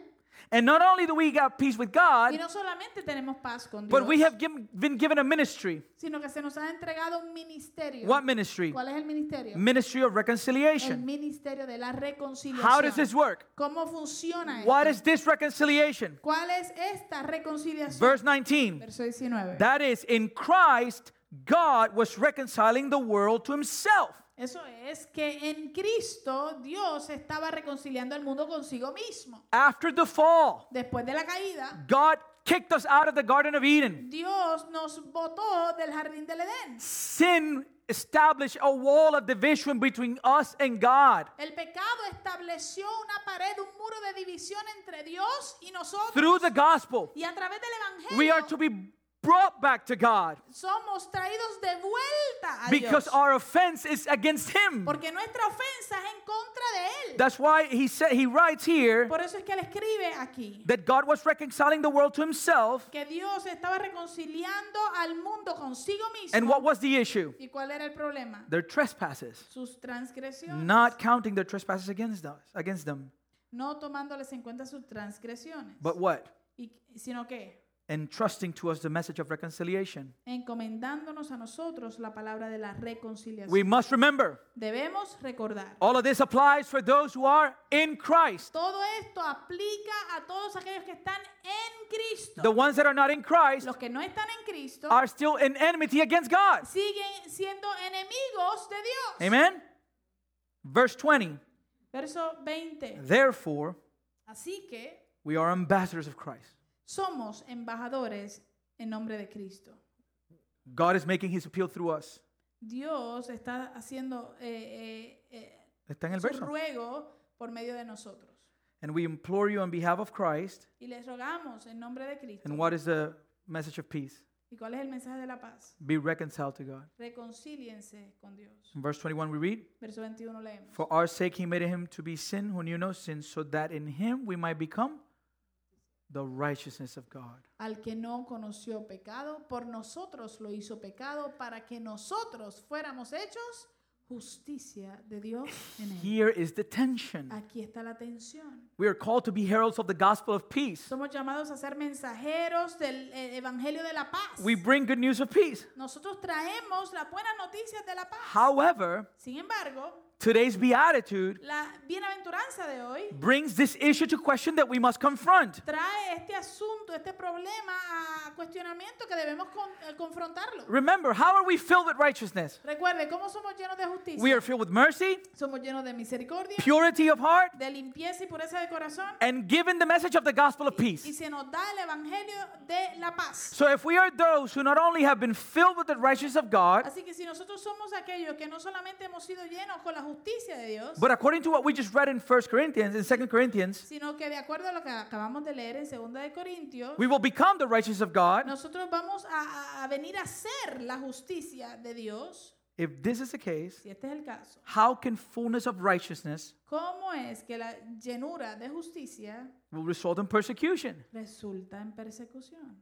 Speaker 1: And not only do we got peace with
Speaker 2: Y
Speaker 1: God,
Speaker 2: no solamente tenemos paz con Dios,
Speaker 1: but we have given, been given a ministry.
Speaker 2: sino que se nos ha entregado un ministerio.
Speaker 1: What ministry?
Speaker 2: ¿Cuál es el ministerio?
Speaker 1: Ministry of
Speaker 2: El
Speaker 1: reconciliation.
Speaker 2: ministerio de la reconciliación.
Speaker 1: How does this work?
Speaker 2: ¿Cómo funciona
Speaker 1: What
Speaker 2: esto?
Speaker 1: is this reconciliation?
Speaker 2: ¿Cuál es esta reconciliación?
Speaker 1: Verse 19.
Speaker 2: Verso 19.
Speaker 1: That is, in Christ, God was reconciling the world to himself.
Speaker 2: Eso es que en Cristo Dios estaba reconciliando al mundo consigo mismo.
Speaker 1: After the fall,
Speaker 2: Después de la caída,
Speaker 1: God kicked us out of the Garden of Eden.
Speaker 2: Dios nos botó del jardín del Edén.
Speaker 1: Sin established a wall of division between us and God.
Speaker 2: El pecado estableció una pared, un muro de división entre Dios y nosotros.
Speaker 1: Through the gospel,
Speaker 2: Y a través del
Speaker 1: we
Speaker 2: Evangelio
Speaker 1: are to be brought back to God
Speaker 2: somos traídos de vuelta a
Speaker 1: because
Speaker 2: Dios.
Speaker 1: our offense is against Him.
Speaker 2: Porque nuestra ofensa es en contra de Él.
Speaker 1: That's why he said he writes here
Speaker 2: Por eso es que Él escribe aquí
Speaker 1: that God was reconciling the world to himself.
Speaker 2: que Dios estaba reconciliando al mundo consigo mismo.
Speaker 1: And what was the issue?
Speaker 2: ¿Y cuál era el problema?
Speaker 1: Their trespasses,
Speaker 2: Sus transgresiones.
Speaker 1: not counting their trespasses against us, against them.
Speaker 2: no tomándoles en cuenta sus transgresiones.
Speaker 1: But what?
Speaker 2: Y- sino que
Speaker 1: Entrusting to us the message of reconciliation.
Speaker 2: encomendándonos a nosotros la palabra de la reconciliación.
Speaker 1: We must remember
Speaker 2: Debemos recordar.
Speaker 1: all of this applies for those who are in Christ.
Speaker 2: Todo esto aplica a todos aquellos que están en Cristo.
Speaker 1: The ones that are not in Christ
Speaker 2: Los que no están en Cristo
Speaker 1: are still in enmity against God.
Speaker 2: siguen siendo enemigos de Dios.
Speaker 1: Amen. Verse 20.
Speaker 2: Verso 20.
Speaker 1: Therefore,
Speaker 2: Así que
Speaker 1: we are ambassadors of Christ.
Speaker 2: somos embajadores en nombre de Cristo.
Speaker 1: God is making his appeal through us.
Speaker 2: Dios está haciendo eh, eh, eh,
Speaker 1: Está en el
Speaker 2: su
Speaker 1: verso.
Speaker 2: ruego por medio de nosotros.
Speaker 1: And we implore you on behalf of Christ.
Speaker 2: Y les rogamos en nombre de Cristo.
Speaker 1: And what is the message of peace?
Speaker 2: ¿Y cuál es el mensaje de la paz?
Speaker 1: Be reconciled to God.
Speaker 2: Reconcíliense con Dios.
Speaker 1: In verse 21, we read
Speaker 2: Verso 21 leemos.
Speaker 1: For our sake, he made him to be sin who knew no sin, so that in him we might become the righteousness of God.
Speaker 2: Al que no conoció pecado, por nosotros lo hizo pecado para que nosotros fuéramos hechos justicia de Dios en él.
Speaker 1: Here is the tension.
Speaker 2: Aquí está la tensión.
Speaker 1: We are called to be heralds of the gospel of peace.
Speaker 2: Somos llamados a ser mensajeros del eh, evangelio de la paz.
Speaker 1: We bring good news of peace.
Speaker 2: Nosotros traemos las buenas noticias de la paz.
Speaker 1: However,
Speaker 2: Sin embargo,
Speaker 1: today's beatitude
Speaker 2: la bienaventuranza de hoy
Speaker 1: brings this issue to question that we must confront.
Speaker 2: trae este asunto, este problema a cuestionamiento que debemos con- eh, confrontarlo.
Speaker 1: Remember, how are we filled with righteousness?
Speaker 2: Recuerde, ¿cómo somos llenos de justicia?
Speaker 1: We are filled with mercy,
Speaker 2: somos llenos de misericordia,
Speaker 1: purity of heart,
Speaker 2: de limpieza y pureza de corazón,
Speaker 1: and given the message of the gospel of
Speaker 2: y
Speaker 1: peace.
Speaker 2: se nos da el evangelio de la paz.
Speaker 1: So if we are those who not only have been filled with the righteousness of God,
Speaker 2: Así que si nosotros somos aquellos que no solamente hemos sido llenos con la justicia de Dios,
Speaker 1: but according to what we just read in 1 Corinthians, in 2 Corinthians,
Speaker 2: sino que de acuerdo a lo que acabamos de leer en 2 de Corintios,
Speaker 1: we will become the righteousness of God.
Speaker 2: nosotros vamos a, a- a venir a ser la justicia de Dios,
Speaker 1: If this is the case,
Speaker 2: si este es el caso.
Speaker 1: how can fullness of righteousness
Speaker 2: ¿Cómo es que la llenura de justicia
Speaker 1: will result in persecution?
Speaker 2: resulta en persecución?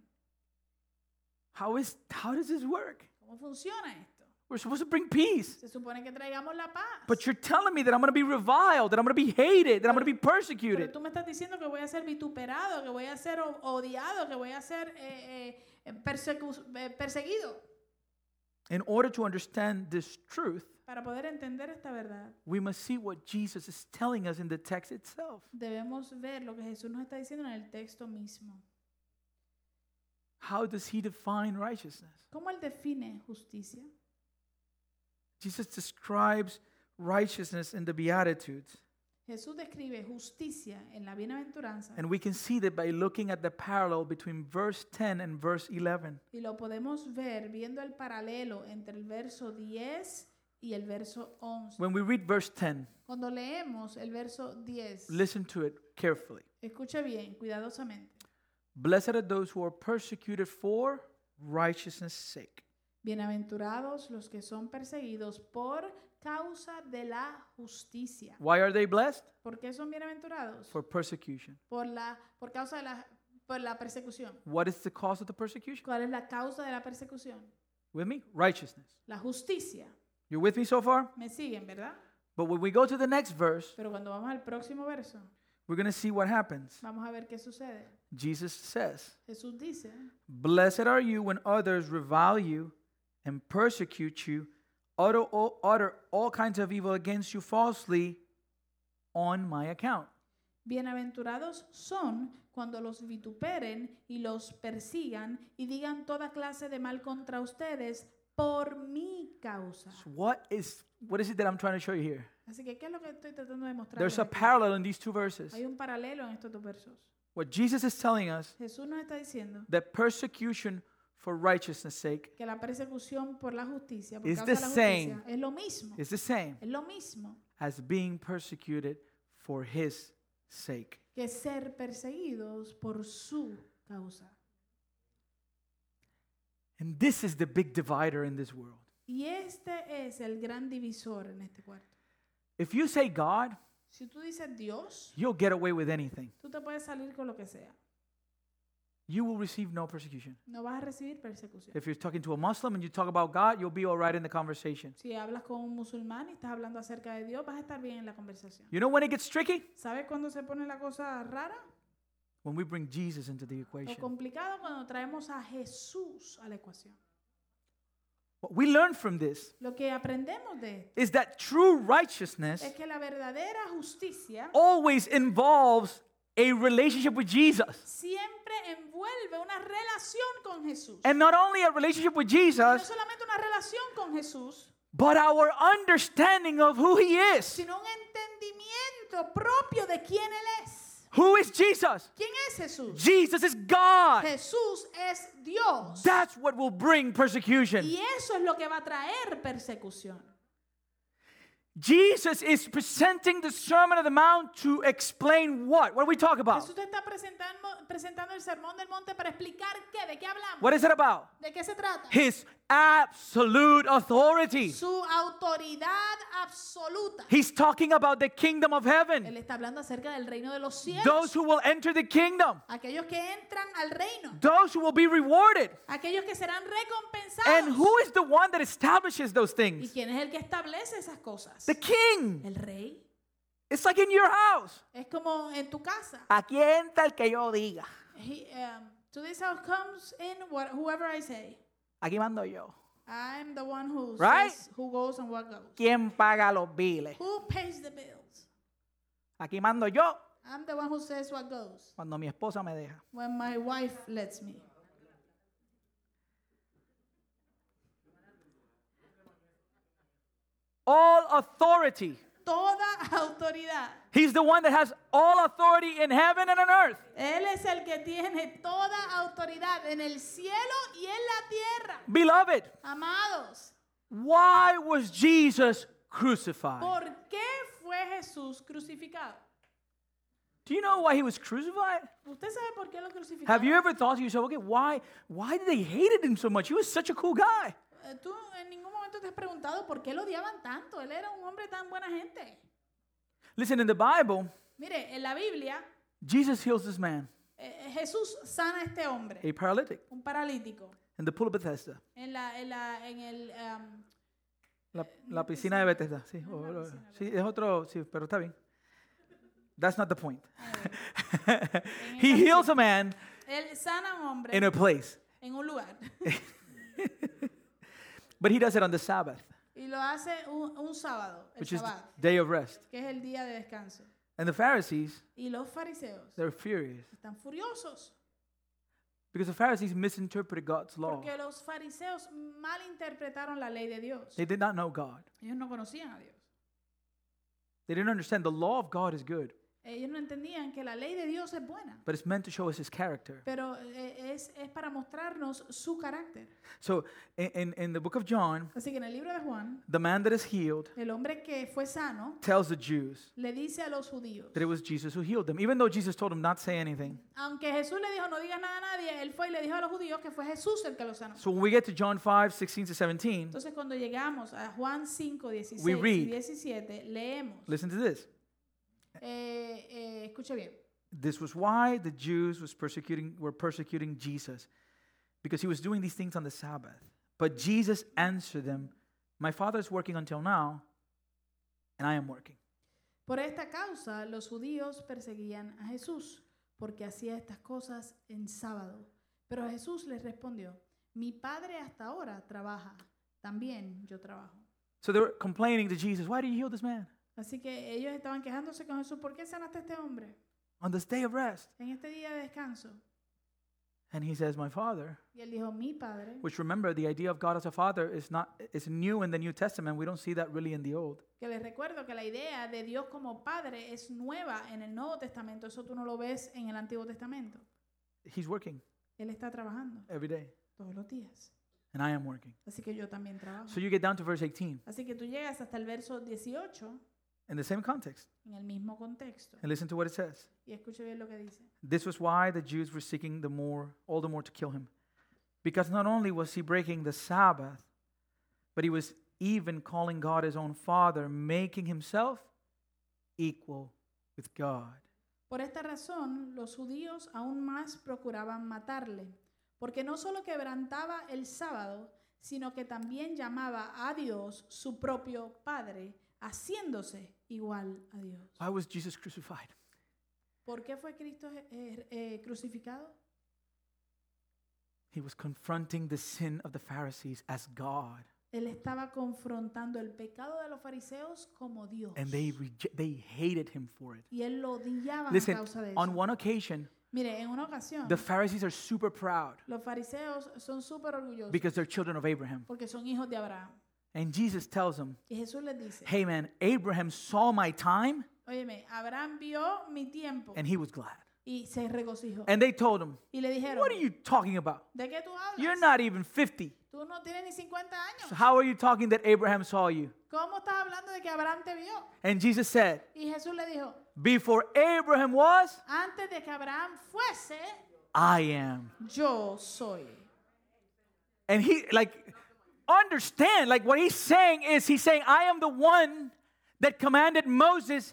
Speaker 1: How is how does this work?
Speaker 2: ¿Cómo funciona esto?
Speaker 1: We're supposed to bring peace.
Speaker 2: Se supone que traigamos la paz.
Speaker 1: But you're telling me that I'm going to be reviled, that I'm going to be hated, that I'm going to be
Speaker 2: Pero
Speaker 1: persecuted.
Speaker 2: tú me estás diciendo que voy a ser vituperado, que voy a ser o- odiado, que voy a ser eh, eh, persecu- eh, perseguido.
Speaker 1: In order to understand this truth,
Speaker 2: Para poder entender esta verdad,
Speaker 1: we must see what Jesus is telling us in the text itself.
Speaker 2: debemos ver lo que Jesús nos está diciendo en el texto mismo.
Speaker 1: How does he define righteousness?
Speaker 2: ¿Cómo él define justicia?
Speaker 1: Jesus describes righteousness in the Beatitudes.
Speaker 2: Jesús describe justicia en la bienaventuranza
Speaker 1: And we can see that by looking at the parallel between verse 10 and verse 11.
Speaker 2: y lo podemos ver viendo el paralelo entre el verso 10 y el verso 11.
Speaker 1: When we read verse 10,
Speaker 2: Cuando leemos el verso 10,
Speaker 1: listen to it carefully.
Speaker 2: escucha bien, cuidadosamente.
Speaker 1: Blessed are those who are persecuted for righteousness' sake.
Speaker 2: Bienaventurados los que son perseguidos por causa de la justicia.
Speaker 1: Why are they blessed?
Speaker 2: ¿Por qué son bienaventurados?
Speaker 1: For persecution.
Speaker 2: Por la por causa de la por la persecución.
Speaker 1: What is the cause of the persecution?
Speaker 2: ¿Cuál es la causa de la persecución?
Speaker 1: With me? Righteousness.
Speaker 2: La justicia.
Speaker 1: You're with me so far?
Speaker 2: Me siguen, ¿verdad?
Speaker 1: But when we go to the next verse,
Speaker 2: Pero cuando vamos al próximo verso,
Speaker 1: we're going to see what happens.
Speaker 2: vamos a ver qué sucede.
Speaker 1: Jesus says,
Speaker 2: Jesús dice,
Speaker 1: Blessed are you when others revile you and persecute you, utter all, utter all kinds of evil against you falsely on my account.
Speaker 2: bienaventurados son cuando los vituperen y los persigan y digan toda clase de mal contra ustedes por mi causa.
Speaker 1: So what is what is it that I'm trying to show you here?
Speaker 2: Así que, ¿qué es lo que estoy tratando de mostrar?
Speaker 1: There's a parallel in these two verses.
Speaker 2: Hay un paralelo en estos dos versos.
Speaker 1: What Jesus is telling us
Speaker 2: Jesús nos está diciendo
Speaker 1: that persecution for righteousness' sake
Speaker 2: que la persecución por la justicia, por
Speaker 1: It's
Speaker 2: causa de la
Speaker 1: the same.
Speaker 2: justicia, es lo mismo.
Speaker 1: is the same
Speaker 2: Es lo mismo
Speaker 1: as being persecuted for his sake.
Speaker 2: que ser perseguidos por su causa.
Speaker 1: And this is the big divider in this world.
Speaker 2: Y este es el gran divisor en este cuarto.
Speaker 1: If you say God,
Speaker 2: Si tú dices Dios,
Speaker 1: you'll get away with anything.
Speaker 2: tú te puedes salir con lo que sea.
Speaker 1: You will receive no persecution.
Speaker 2: No vas a recibir persecución.
Speaker 1: If you're talking to a Muslim and you talk about God, you'll be all right in the conversation.
Speaker 2: Si hablas con un musulmán y estás hablando acerca de Dios, vas a estar bien en la conversación.
Speaker 1: You know when it gets tricky?
Speaker 2: ¿Sabes cuándo se pone la cosa rara
Speaker 1: When we bring Jesus into the
Speaker 2: o
Speaker 1: equation.
Speaker 2: complicada? Cuando traemos a Jesús a la ecuación.
Speaker 1: What we learn from this
Speaker 2: Lo que aprendemos de esto
Speaker 1: is that true righteousness
Speaker 2: es que la verdadera justicia
Speaker 1: always involves a relationship with Jesus.
Speaker 2: siempre envuelve una relación con Jesús.
Speaker 1: And not only a relationship with
Speaker 2: No
Speaker 1: Jesus,
Speaker 2: solamente una relación con Jesús,
Speaker 1: but our understanding of who he is.
Speaker 2: sino un entendimiento propio de quién Él es.
Speaker 1: Who is Jesus?
Speaker 2: ¿Quién es Jesús?
Speaker 1: Jesus is God.
Speaker 2: Jesús es Dios.
Speaker 1: That's what will bring persecution.
Speaker 2: Y eso es lo que va a traer persecución.
Speaker 1: Jesus is presenting the Sermon on the Mount to explain what? What do we talk about?
Speaker 2: Jesús te está presentando, presentando el sermón del monte para explicar qué, de qué hablamos,
Speaker 1: What is it about?
Speaker 2: de qué se trata.
Speaker 1: His absolute authority.
Speaker 2: Su autoridad absoluta.
Speaker 1: He's talking about the kingdom of
Speaker 2: Él
Speaker 1: heaven.
Speaker 2: está hablando acerca del reino de los
Speaker 1: Those
Speaker 2: cielos.
Speaker 1: who will enter the kingdom,
Speaker 2: Aquellos que entran al reino.
Speaker 1: those who will be rewarded.
Speaker 2: Aquellos que serán
Speaker 1: And
Speaker 2: recompensados.
Speaker 1: who is the one that establishes those
Speaker 2: ¿Y
Speaker 1: things?
Speaker 2: quién es el que establece esas cosas?
Speaker 1: The king.
Speaker 2: El rey.
Speaker 1: It's like in your house.
Speaker 2: Es como en tu casa.
Speaker 1: Aquí entra el que yo diga.
Speaker 2: He, um, to this house comes in what, whoever I say.
Speaker 1: Aquí mando yo.
Speaker 2: I'm the one who
Speaker 1: Right?
Speaker 2: says who goes and what goes.
Speaker 1: ¿Quién paga los biles?
Speaker 2: Who pays the bills?
Speaker 1: Aquí mando yo
Speaker 2: I'm the one who says what goes
Speaker 1: cuando mi esposa me deja.
Speaker 2: when my wife lets me.
Speaker 1: All authority.
Speaker 2: Toda autoridad.
Speaker 1: He's the one that has all authority in heaven and on earth.
Speaker 2: Él es el que tiene toda autoridad en el cielo y en la tierra.
Speaker 1: Beloved,
Speaker 2: Amados,
Speaker 1: why was Jesus crucified?
Speaker 2: ¿por qué fue Jesús crucificado?
Speaker 1: Do you know why he was crucified?
Speaker 2: ¿Usted sabe por qué lo crucificaron?
Speaker 1: Have you ever thought to yourself, okay, why, why did they hated him so much? He was such a cool guy.
Speaker 2: Eh, ¿Tú en ningún momento te has preguntado por qué lo odiaban tanto? Él era un hombre tan buena gente.
Speaker 1: Listen, in the Bible,
Speaker 2: Mire, en la Biblia,
Speaker 1: Jesus heals this man,
Speaker 2: eh, Jesús sana a este hombre,
Speaker 1: a paralytic,
Speaker 2: un paralítico,
Speaker 1: in the pool of Bethesda.
Speaker 2: en, la, en, la- en el, um,
Speaker 1: La, la piscina de Bethesda, sí. o-
Speaker 2: Una
Speaker 1: o-
Speaker 2: piscina,
Speaker 1: sí, es otro, sí, pero está bien. That's not the point.
Speaker 2: En
Speaker 1: He
Speaker 2: esta-
Speaker 1: heals a man
Speaker 2: Él sana a un hombre
Speaker 1: in a place,
Speaker 2: en un lugar
Speaker 1: but he does it on the Sabbath,
Speaker 2: y lo hace un, un sábado, el
Speaker 1: which is the
Speaker 2: sábado,
Speaker 1: day of rest.
Speaker 2: que es el día de descanso.
Speaker 1: And the Pharisees,
Speaker 2: Y los fariseos
Speaker 1: they're furious
Speaker 2: están furiosos
Speaker 1: because the Pharisees misinterpreted God's law.
Speaker 2: porque los fariseos malinterpretaron la ley de Dios.
Speaker 1: They did not know God.
Speaker 2: Ellos no conocían a Dios.
Speaker 1: They didn't understand the law of God is good,
Speaker 2: Ellos no entendían que la ley de Dios es buena,
Speaker 1: but it's meant to show us his character.
Speaker 2: pero eh, es, es para mostrarnos su carácter.
Speaker 1: So in, in, in the book of John,
Speaker 2: Así que en el libro de Juan,
Speaker 1: the man that is healed
Speaker 2: el hombre que fue sano
Speaker 1: tells the Jews
Speaker 2: le dice a los judíos,
Speaker 1: that it was Jesus who healed them, even though Jesus told him not say anything.
Speaker 2: aunque Jesús le dijo no digas nada a nadie, él fue y le dijo a los judíos que fue Jesús el que los sanó.
Speaker 1: So when we get to John 5, 16 to 17,
Speaker 2: Entonces cuando llegamos a Juan 5, 16
Speaker 1: We
Speaker 2: y
Speaker 1: read.
Speaker 2: 17, leemos,
Speaker 1: listen to this.
Speaker 2: eh, eh, escuche bien,
Speaker 1: This was why the Jews was persecuting, were persecuting Jesus, because he was doing these things on the Sabbath. But Jesus answered them, My Father is working until now, and I am working.
Speaker 2: por esta causa los judíos perseguían a Jesús, porque hacía estas cosas en sábado. Pero Jesús les respondió, mi padre hasta ahora trabaja, también yo trabajo.
Speaker 1: So they were complaining to Jesus, Why did you heal this man
Speaker 2: Así que ellos estaban quejándose con Jesús, ¿por qué sanaste a este hombre
Speaker 1: on this day of rest?
Speaker 2: en este día de descanso?
Speaker 1: And he says, My Father,
Speaker 2: Y él dijo, mi padre,
Speaker 1: which remember the idea of God as a father is not is new in the New Testament. We don't see that really in the Old.
Speaker 2: que les recuerdo que la idea de Dios como padre es nueva en el Nuevo Testamento, eso tú no lo ves en el Antiguo Testamento.
Speaker 1: He's working
Speaker 2: Él está trabajando
Speaker 1: every day,
Speaker 2: todos los días,
Speaker 1: and I am working.
Speaker 2: así que yo también trabajo.
Speaker 1: So you get down to verse 18
Speaker 2: Así que tú llegas hasta el verso 18
Speaker 1: in the same context
Speaker 2: en el mismo contexto
Speaker 1: and listen to what it says.
Speaker 2: y escucha bien lo que dice.
Speaker 1: This was why the Jews were seeking the more, all the more to kill him. Because not only was he breaking the Sabbath, but he was even calling God his own father, making himself equal with God.
Speaker 2: Por esta razón, los judíos aún más procuraban matarle, porque no solo quebrantaba el sábado, sino que también llamaba a Dios su propio Padre, haciéndose igual a Dios.
Speaker 1: Why was Jesus crucified?
Speaker 2: ¿Por qué fue Cristo eh, eh, crucificado?
Speaker 1: He was confronting the sin of the Pharisees as God,
Speaker 2: Él estaba confrontando el pecado de los fariseos como Dios.
Speaker 1: and they reje- they hated him for it.
Speaker 2: y él lo odiaba a
Speaker 1: Listen,
Speaker 2: Ah, causa de eso.
Speaker 1: on one occasion,
Speaker 2: Mire, en una ocasión,
Speaker 1: the Pharisees are super proud
Speaker 2: los fariseos son súper orgullosos
Speaker 1: because they're children of Abraham.
Speaker 2: porque son hijos de Abraham.
Speaker 1: And Jesus tells them,
Speaker 2: Y Jesús les dice,
Speaker 1: Hey man, Abraham saw my time
Speaker 2: Óyeme, Abraham vio mi tiempo
Speaker 1: and he was glad.
Speaker 2: y se regocijó.
Speaker 1: And they told him,
Speaker 2: Y le dijeron,
Speaker 1: What are you talking about?
Speaker 2: ¿de qué tú hablas?
Speaker 1: You're not even 50.
Speaker 2: tú no tienes ni 50 años.
Speaker 1: So how are you talking that Abraham saw you?
Speaker 2: ¿Cómo estás hablando de que Abraham te vio?
Speaker 1: And Jesus said,
Speaker 2: Y Jesús le dijo,
Speaker 1: Before Abraham was,
Speaker 2: antes de que Abraham fuese,
Speaker 1: I am.
Speaker 2: yo soy.
Speaker 1: And he, like, understand, like, what he's saying is, he's saying, I am the one that commanded Moses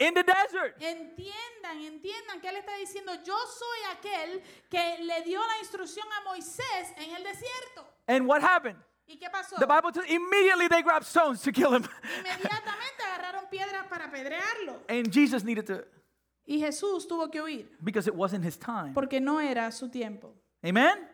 Speaker 1: in the desert.
Speaker 2: Entiendan, entiendan que él está diciendo, yo soy aquel que le dio la instrucción a Moisés en el desierto.
Speaker 1: And what happened?
Speaker 2: ¿Y qué pasó?
Speaker 1: The Bible tells immediately they grabbed stones to kill him.
Speaker 2: Inmediatamente agarraron piedras para apedrearlo.
Speaker 1: and Jesus needed to,
Speaker 2: Y Jesús tuvo que huir
Speaker 1: because it wasn't his time.
Speaker 2: porque no era su tiempo.
Speaker 1: Amen?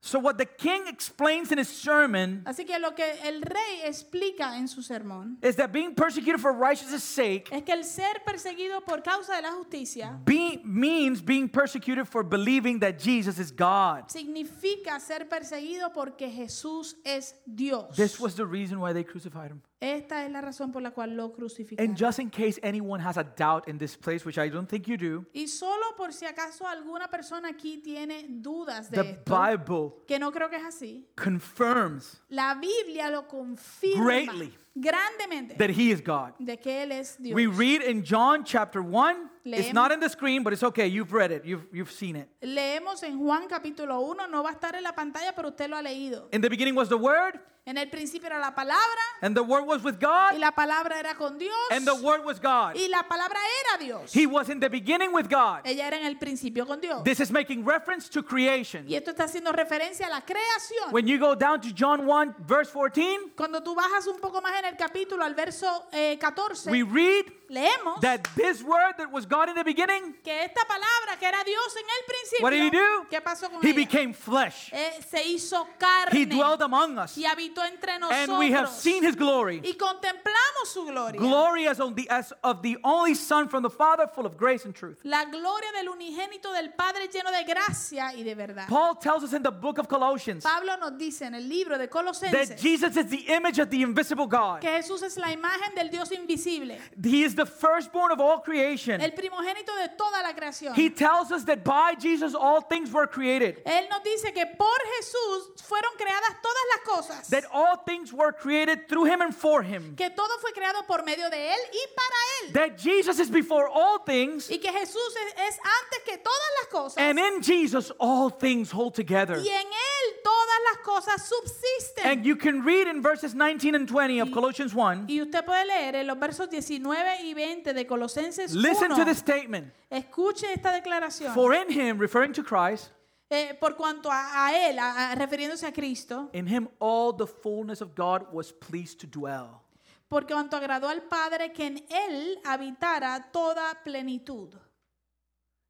Speaker 1: So, what the king explains in his sermon
Speaker 2: Así que lo que el rey explica en su sermón
Speaker 1: is that being persecuted for righteousness' sake
Speaker 2: es que el ser perseguido por causa de la justicia
Speaker 1: be, means being persecuted for believing that Jesus is God.
Speaker 2: significa ser perseguido porque Jesús es Dios.
Speaker 1: This was the reason why they crucified him.
Speaker 2: Esta es la razón por la cual lo
Speaker 1: And
Speaker 2: crucificaron.
Speaker 1: just in case anyone has a doubt in this place, which I don't think you do,
Speaker 2: Y solo por si acaso alguna persona aquí tiene dudas de
Speaker 1: the
Speaker 2: esto,
Speaker 1: Bible
Speaker 2: que no creo que es así,
Speaker 1: confirms
Speaker 2: la Biblia lo confirma
Speaker 1: Greatly.
Speaker 2: grandemente
Speaker 1: that he is God.
Speaker 2: de que Él es Dios.
Speaker 1: We read in John chapter 1. It's
Speaker 2: Leemos.
Speaker 1: not in the screen, but it's okay. You've read it, you've, you've seen it.
Speaker 2: Leemos en Juan capítulo 1, no va a estar en la pantalla, pero usted lo ha leído.
Speaker 1: In the beginning was the Word,
Speaker 2: En el principio era la palabra
Speaker 1: and the Word was with
Speaker 2: y
Speaker 1: God,
Speaker 2: la palabra era con Dios
Speaker 1: and the Word was God.
Speaker 2: y la palabra era Dios.
Speaker 1: He was in the beginning with God.
Speaker 2: Ella era en el principio con Eh, Dios.
Speaker 1: This is making reference to creation.
Speaker 2: Y esto está haciendo referencia a la creación.
Speaker 1: When you go down to John 1, verse 14,
Speaker 2: Cuando tú bajas un poco más en el capítulo al verso eh, 14,
Speaker 1: we read
Speaker 2: leemos
Speaker 1: that this Word that was God in the beginning,
Speaker 2: que esta palabra que era Dios en el principio,
Speaker 1: What did he do?
Speaker 2: ¿qué pasó con
Speaker 1: He
Speaker 2: ella?
Speaker 1: became flesh.
Speaker 2: Eh, se hizo
Speaker 1: He
Speaker 2: carne
Speaker 1: dwelled among us.
Speaker 2: y habitó entre nosotros.
Speaker 1: And we have seen His glory.
Speaker 2: y contemplamos su gloria.
Speaker 1: Glory as, on the, as of the only Son from the Father, full of grace and truth.
Speaker 2: la gloria del unigénito del Padre lleno de gracia y de verdad.
Speaker 1: Paul tells us in the book of Colossians
Speaker 2: Pablo nos dice en el libro de Colosenses
Speaker 1: that Jesus is the image of the invisible God.
Speaker 2: que Jesús es la imagen del Dios invisible,
Speaker 1: He is the firstborn of all creation.
Speaker 2: el primogénito de toda la creación.
Speaker 1: He tells us that by Jesus all things were created.
Speaker 2: Él nos dice que por Jesús fueron creadas todas las cosas,
Speaker 1: That all things were created through him and for him.
Speaker 2: que todo fue creado por medio de Él y para Él,
Speaker 1: That Jesus is before all things,
Speaker 2: y que Jesús es, es antes que todas las cosas,
Speaker 1: and in Jesus all things hold together.
Speaker 2: y en Él todas las cosas subsisten.
Speaker 1: And you can read in verses 19 and 20 of Colossians 1.
Speaker 2: Y usted puede leer en los versos 19 y 20 de Colosenses
Speaker 1: Listen
Speaker 2: 1.
Speaker 1: to this statement.
Speaker 2: Escuche esta declaración.
Speaker 1: For in him, referring to Christ,
Speaker 2: Eh, por cuanto a, a él, a- a- refiriéndose a Cristo,
Speaker 1: in him all the fullness of God was pleased to dwell.
Speaker 2: por cuanto agradó al Padre que en él habitara toda plenitud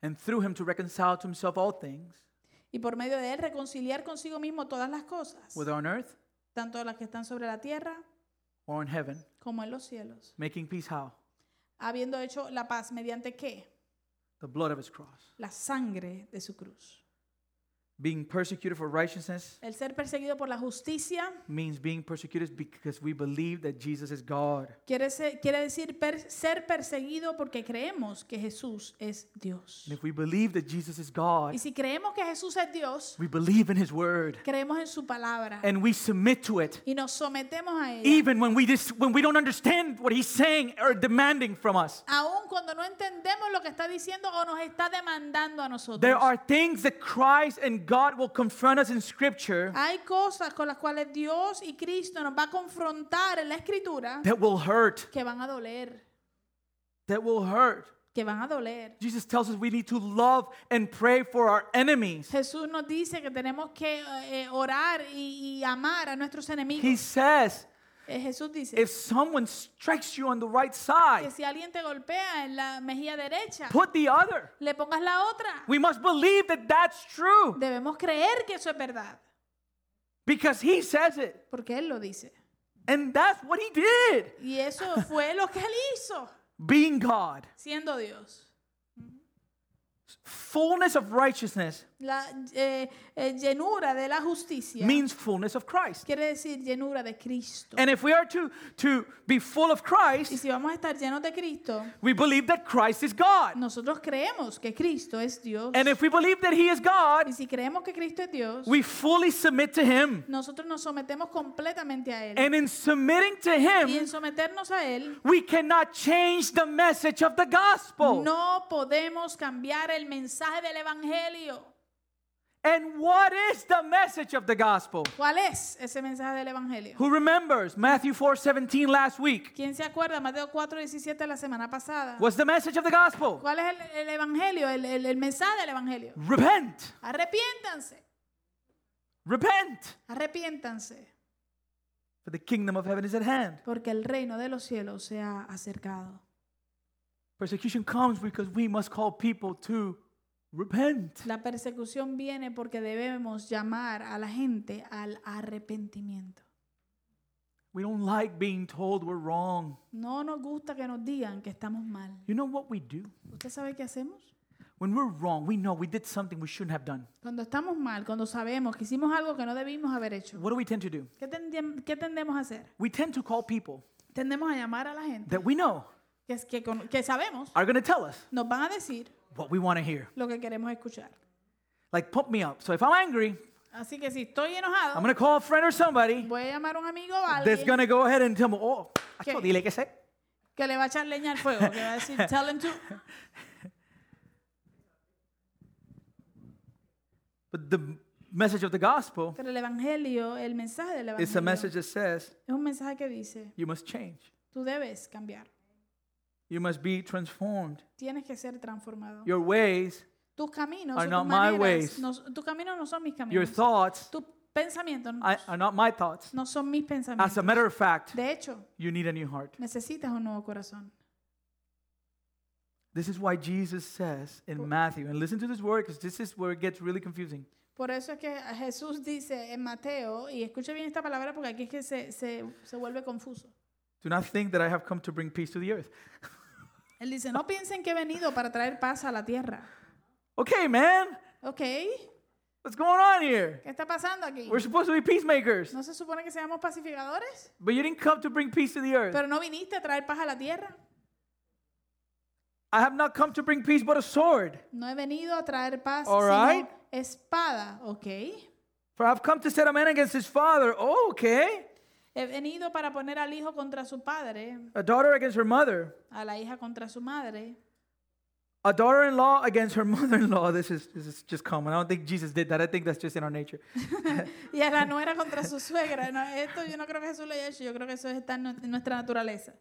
Speaker 1: And through him to reconcile to himself all things,
Speaker 2: y por medio de él reconciliar consigo mismo todas las cosas,
Speaker 1: whether on earth
Speaker 2: tanto las que están sobre la tierra
Speaker 1: or in heaven,
Speaker 2: como en los cielos,
Speaker 1: making peace how?
Speaker 2: habiendo hecho la paz mediante qué?
Speaker 1: The blood of his cross.
Speaker 2: La sangre de su cruz.
Speaker 1: Being persecuted for righteousness
Speaker 2: El ser perseguido por la justicia
Speaker 1: means being persecuted because we believe that Jesus is God.
Speaker 2: Quiere, ser- quiere decir per- ser perseguido porque creemos que Jesús es Dios.
Speaker 1: And if we believe that Jesus is God,
Speaker 2: Y si creemos que Jesús es Dios,
Speaker 1: we believe in his word
Speaker 2: creemos en su palabra
Speaker 1: and we submit to it.
Speaker 2: y nos sometemos a ella.
Speaker 1: Even when we, dis- when we don't understand what he's saying or demanding from us,
Speaker 2: Aun cuando no entendemos lo que está diciendo o nos está demandando a
Speaker 1: there
Speaker 2: nosotros.
Speaker 1: are things that Christ and God will confront us in Scripture
Speaker 2: Hay cosas con las cuales Dios y Cristo nos va a confrontar en la escritura
Speaker 1: that will hurt.
Speaker 2: que van a doler,
Speaker 1: That will hurt.
Speaker 2: que van a doler.
Speaker 1: Jesus tells us we need to love and pray for our enemies.
Speaker 2: Jesús nos dice que tenemos que eh, eh, orar y, y amar a nuestros
Speaker 1: He
Speaker 2: enemigos.
Speaker 1: says,
Speaker 2: Eh, Jesús dice,
Speaker 1: if someone strikes you on the right
Speaker 2: que
Speaker 1: side,
Speaker 2: si alguien te golpea en la mejilla derecha,
Speaker 1: put the other.
Speaker 2: le pongas la otra.
Speaker 1: We must believe that that's true
Speaker 2: Debemos creer que eso es verdad,
Speaker 1: because he says it.
Speaker 2: porque él lo dice.
Speaker 1: And that's what he did,
Speaker 2: Y eso fue lo que él hizo,
Speaker 1: being God.
Speaker 2: siendo Dios.
Speaker 1: Fullness of righteousness
Speaker 2: La eh, eh, llenura de la justicia
Speaker 1: means fullness of Christ.
Speaker 2: quiere decir llenura de Cristo.
Speaker 1: And if we are to, to be full of
Speaker 2: Y
Speaker 1: Christ,
Speaker 2: si vamos a estar llenos de Cristo,
Speaker 1: we believe that Christ is God.
Speaker 2: nosotros creemos que Cristo es Dios.
Speaker 1: And if we believe that he is God,
Speaker 2: Y si creemos que Cristo es Dios,
Speaker 1: we fully submit to him.
Speaker 2: nosotros nos sometemos completamente a Él.
Speaker 1: And in submitting to
Speaker 2: Y en
Speaker 1: him,
Speaker 2: someternos a Él,
Speaker 1: we cannot change the message of the gospel.
Speaker 2: No podemos cambiar el mensaje del Evangelio.
Speaker 1: And what is the message of the gospel?
Speaker 2: ¿Cuál es ese mensaje del Evangelio?
Speaker 1: Who remembers Matthew 4:17 last week?
Speaker 2: ¿Quién se acuerda? Mateo 4:17 la semana pasada.
Speaker 1: What's the message of the gospel?
Speaker 2: ¿Cuál es el, el Evangelio? El, el- el mensaje del Evangelio.
Speaker 1: Repent.
Speaker 2: Arrepiéntanse,
Speaker 1: Repent,
Speaker 2: arrepiéntanse,
Speaker 1: for the kingdom of heaven is at hand.
Speaker 2: porque el reino de los cielos se ha acercado.
Speaker 1: Persecution comes because we must call people to repent.
Speaker 2: La persecución viene porque debemos llamar a la gente al arrepentimiento.
Speaker 1: We don't like being told we're wrong.
Speaker 2: No nos gusta que nos digan que estamos mal.
Speaker 1: You know what we do?
Speaker 2: ¿Usted sabe qué hacemos?
Speaker 1: When we're wrong, we know we did something we shouldn't have done.
Speaker 2: Cuando estamos mal, cuando sabemos que hicimos algo que no debimos haber hecho,
Speaker 1: What do we tend to do?
Speaker 2: ¿qué, tendem- qué tendemos a hacer?
Speaker 1: We tend to call people
Speaker 2: Tendemos a llamar a la gente
Speaker 1: that we know
Speaker 2: que, es- que, con- que sabemos,
Speaker 1: are going to tell us
Speaker 2: nos van a decir
Speaker 1: what we want to hear.
Speaker 2: lo que queremos escuchar.
Speaker 1: Like pump me up. So if I'm angry,
Speaker 2: Así que si estoy
Speaker 1: I'm
Speaker 2: enojado,
Speaker 1: going to call a friend or somebody
Speaker 2: voy a llamar a un amigo o a
Speaker 1: that's
Speaker 2: alguien
Speaker 1: going to go ahead and tell me, "Oh,
Speaker 2: ¿Qué?
Speaker 1: acho, dile que sé."
Speaker 2: que le va a echar leña al fuego, que va a decir, tell him to.
Speaker 1: But the message of the gospel
Speaker 2: Pero el evangelio, el mensaje del
Speaker 1: is a
Speaker 2: evangelio
Speaker 1: message that says
Speaker 2: es un mensaje que dice,
Speaker 1: you must change.
Speaker 2: tú debes cambiar,
Speaker 1: You must be transformed.
Speaker 2: tienes que ser transformado.
Speaker 1: Your ways,
Speaker 2: Tus caminos,
Speaker 1: are
Speaker 2: tus
Speaker 1: not my
Speaker 2: maneras,
Speaker 1: ways.
Speaker 2: no- tus caminos no son mis
Speaker 1: your
Speaker 2: caminos.
Speaker 1: thoughts
Speaker 2: Tus pensamientos no-
Speaker 1: I- are not my thoughts.
Speaker 2: no son mis
Speaker 1: As a
Speaker 2: pensamientos.
Speaker 1: matter of fact,
Speaker 2: De hecho,
Speaker 1: you need a new heart.
Speaker 2: necesitas un nuevo corazón.
Speaker 1: This is why Jesus says in Matthew, and listen to this word because this is where it gets really confusing.
Speaker 2: Por eso es que Jesús dice en Mateo, y escuche bien esta palabra porque aquí es que se, se, se vuelve confuso.
Speaker 1: Do not think that I have come to bring peace to the earth.
Speaker 2: Él dice, no piensen que he venido para traer paz a la tierra.
Speaker 1: Okay, man,
Speaker 2: ¿Ok? ¿Qué
Speaker 1: what's going on here?
Speaker 2: está pasando aquí?
Speaker 1: We're supposed to be peacemakers,
Speaker 2: ¿No se supone que seamos pacificadores?
Speaker 1: but you didn't come to bring peace to the earth.
Speaker 2: Pero no viniste a traer paz a la tierra.
Speaker 1: I have not come to bring peace but a sword,
Speaker 2: No he venido a traer paz,
Speaker 1: All right.
Speaker 2: sino espada. ¿Ok?
Speaker 1: for I've come to set a man against his father. Oh, okay.
Speaker 2: He venido para poner al hijo contra su padre,
Speaker 1: A daughter against her mother,
Speaker 2: a la hija contra su madre,
Speaker 1: a daughter-in-law against her mother-in-law. This is this is just common. I don't think Jesus did that. I think that's just in our nature.
Speaker 2: y a la nuera contra su suegra. No, esto yo no creo que Jesús lo haya hecho, yo creo que eso está en nu- en nuestra naturaleza.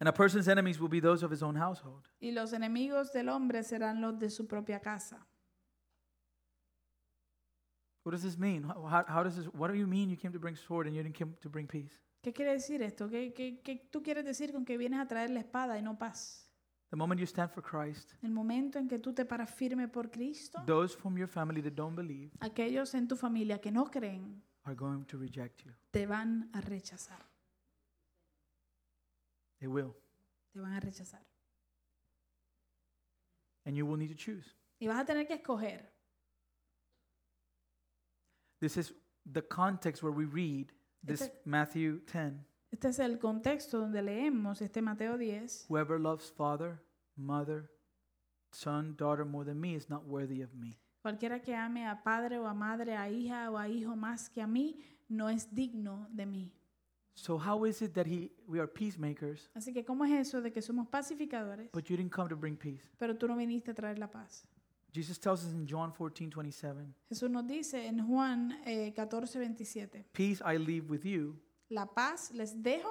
Speaker 1: And a person's enemies will be those of his own household.
Speaker 2: Y los enemigos del hombre serán los de su propia casa.
Speaker 1: What does this mean? How, how- how does this? What do you mean you came to bring sword and you didn't come to bring peace?
Speaker 2: ¿Qué quiere decir esto? ¿Qué, qué, qué tú quieres decir con que vienes a traer la espada y no paz?
Speaker 1: The moment you stand for Christ,
Speaker 2: El momento en que tú te paras firme por Cristo,
Speaker 1: those from your family that don't believe
Speaker 2: aquellos en tu familia que no creen
Speaker 1: are going to reject you.
Speaker 2: te van a rechazar.
Speaker 1: They will,
Speaker 2: Te van a rechazar.
Speaker 1: and you will need to choose.
Speaker 2: Y vas a tener que escoger.
Speaker 1: This is the context where we read this
Speaker 2: Este-
Speaker 1: Matthew 10.
Speaker 2: Este es el contexto donde leemos este Mateo 10.
Speaker 1: Whoever loves father, mother, son, daughter more than me is not worthy of me.
Speaker 2: Cualquiera que ame a padre o a madre, a hija o a hijo más que a mí, no es digno de mí.
Speaker 1: So how is it that he we are peacemakers,
Speaker 2: Así que, ¿cómo es eso de que somos pacificadores,
Speaker 1: but you didn't come to bring peace?
Speaker 2: pero tú no viniste a traer la paz?
Speaker 1: Jesus tells us in John 14, 27,
Speaker 2: Jesús nos dice en Juan eh, 14, 27,
Speaker 1: Peace I leave with you,
Speaker 2: la paz les dejo,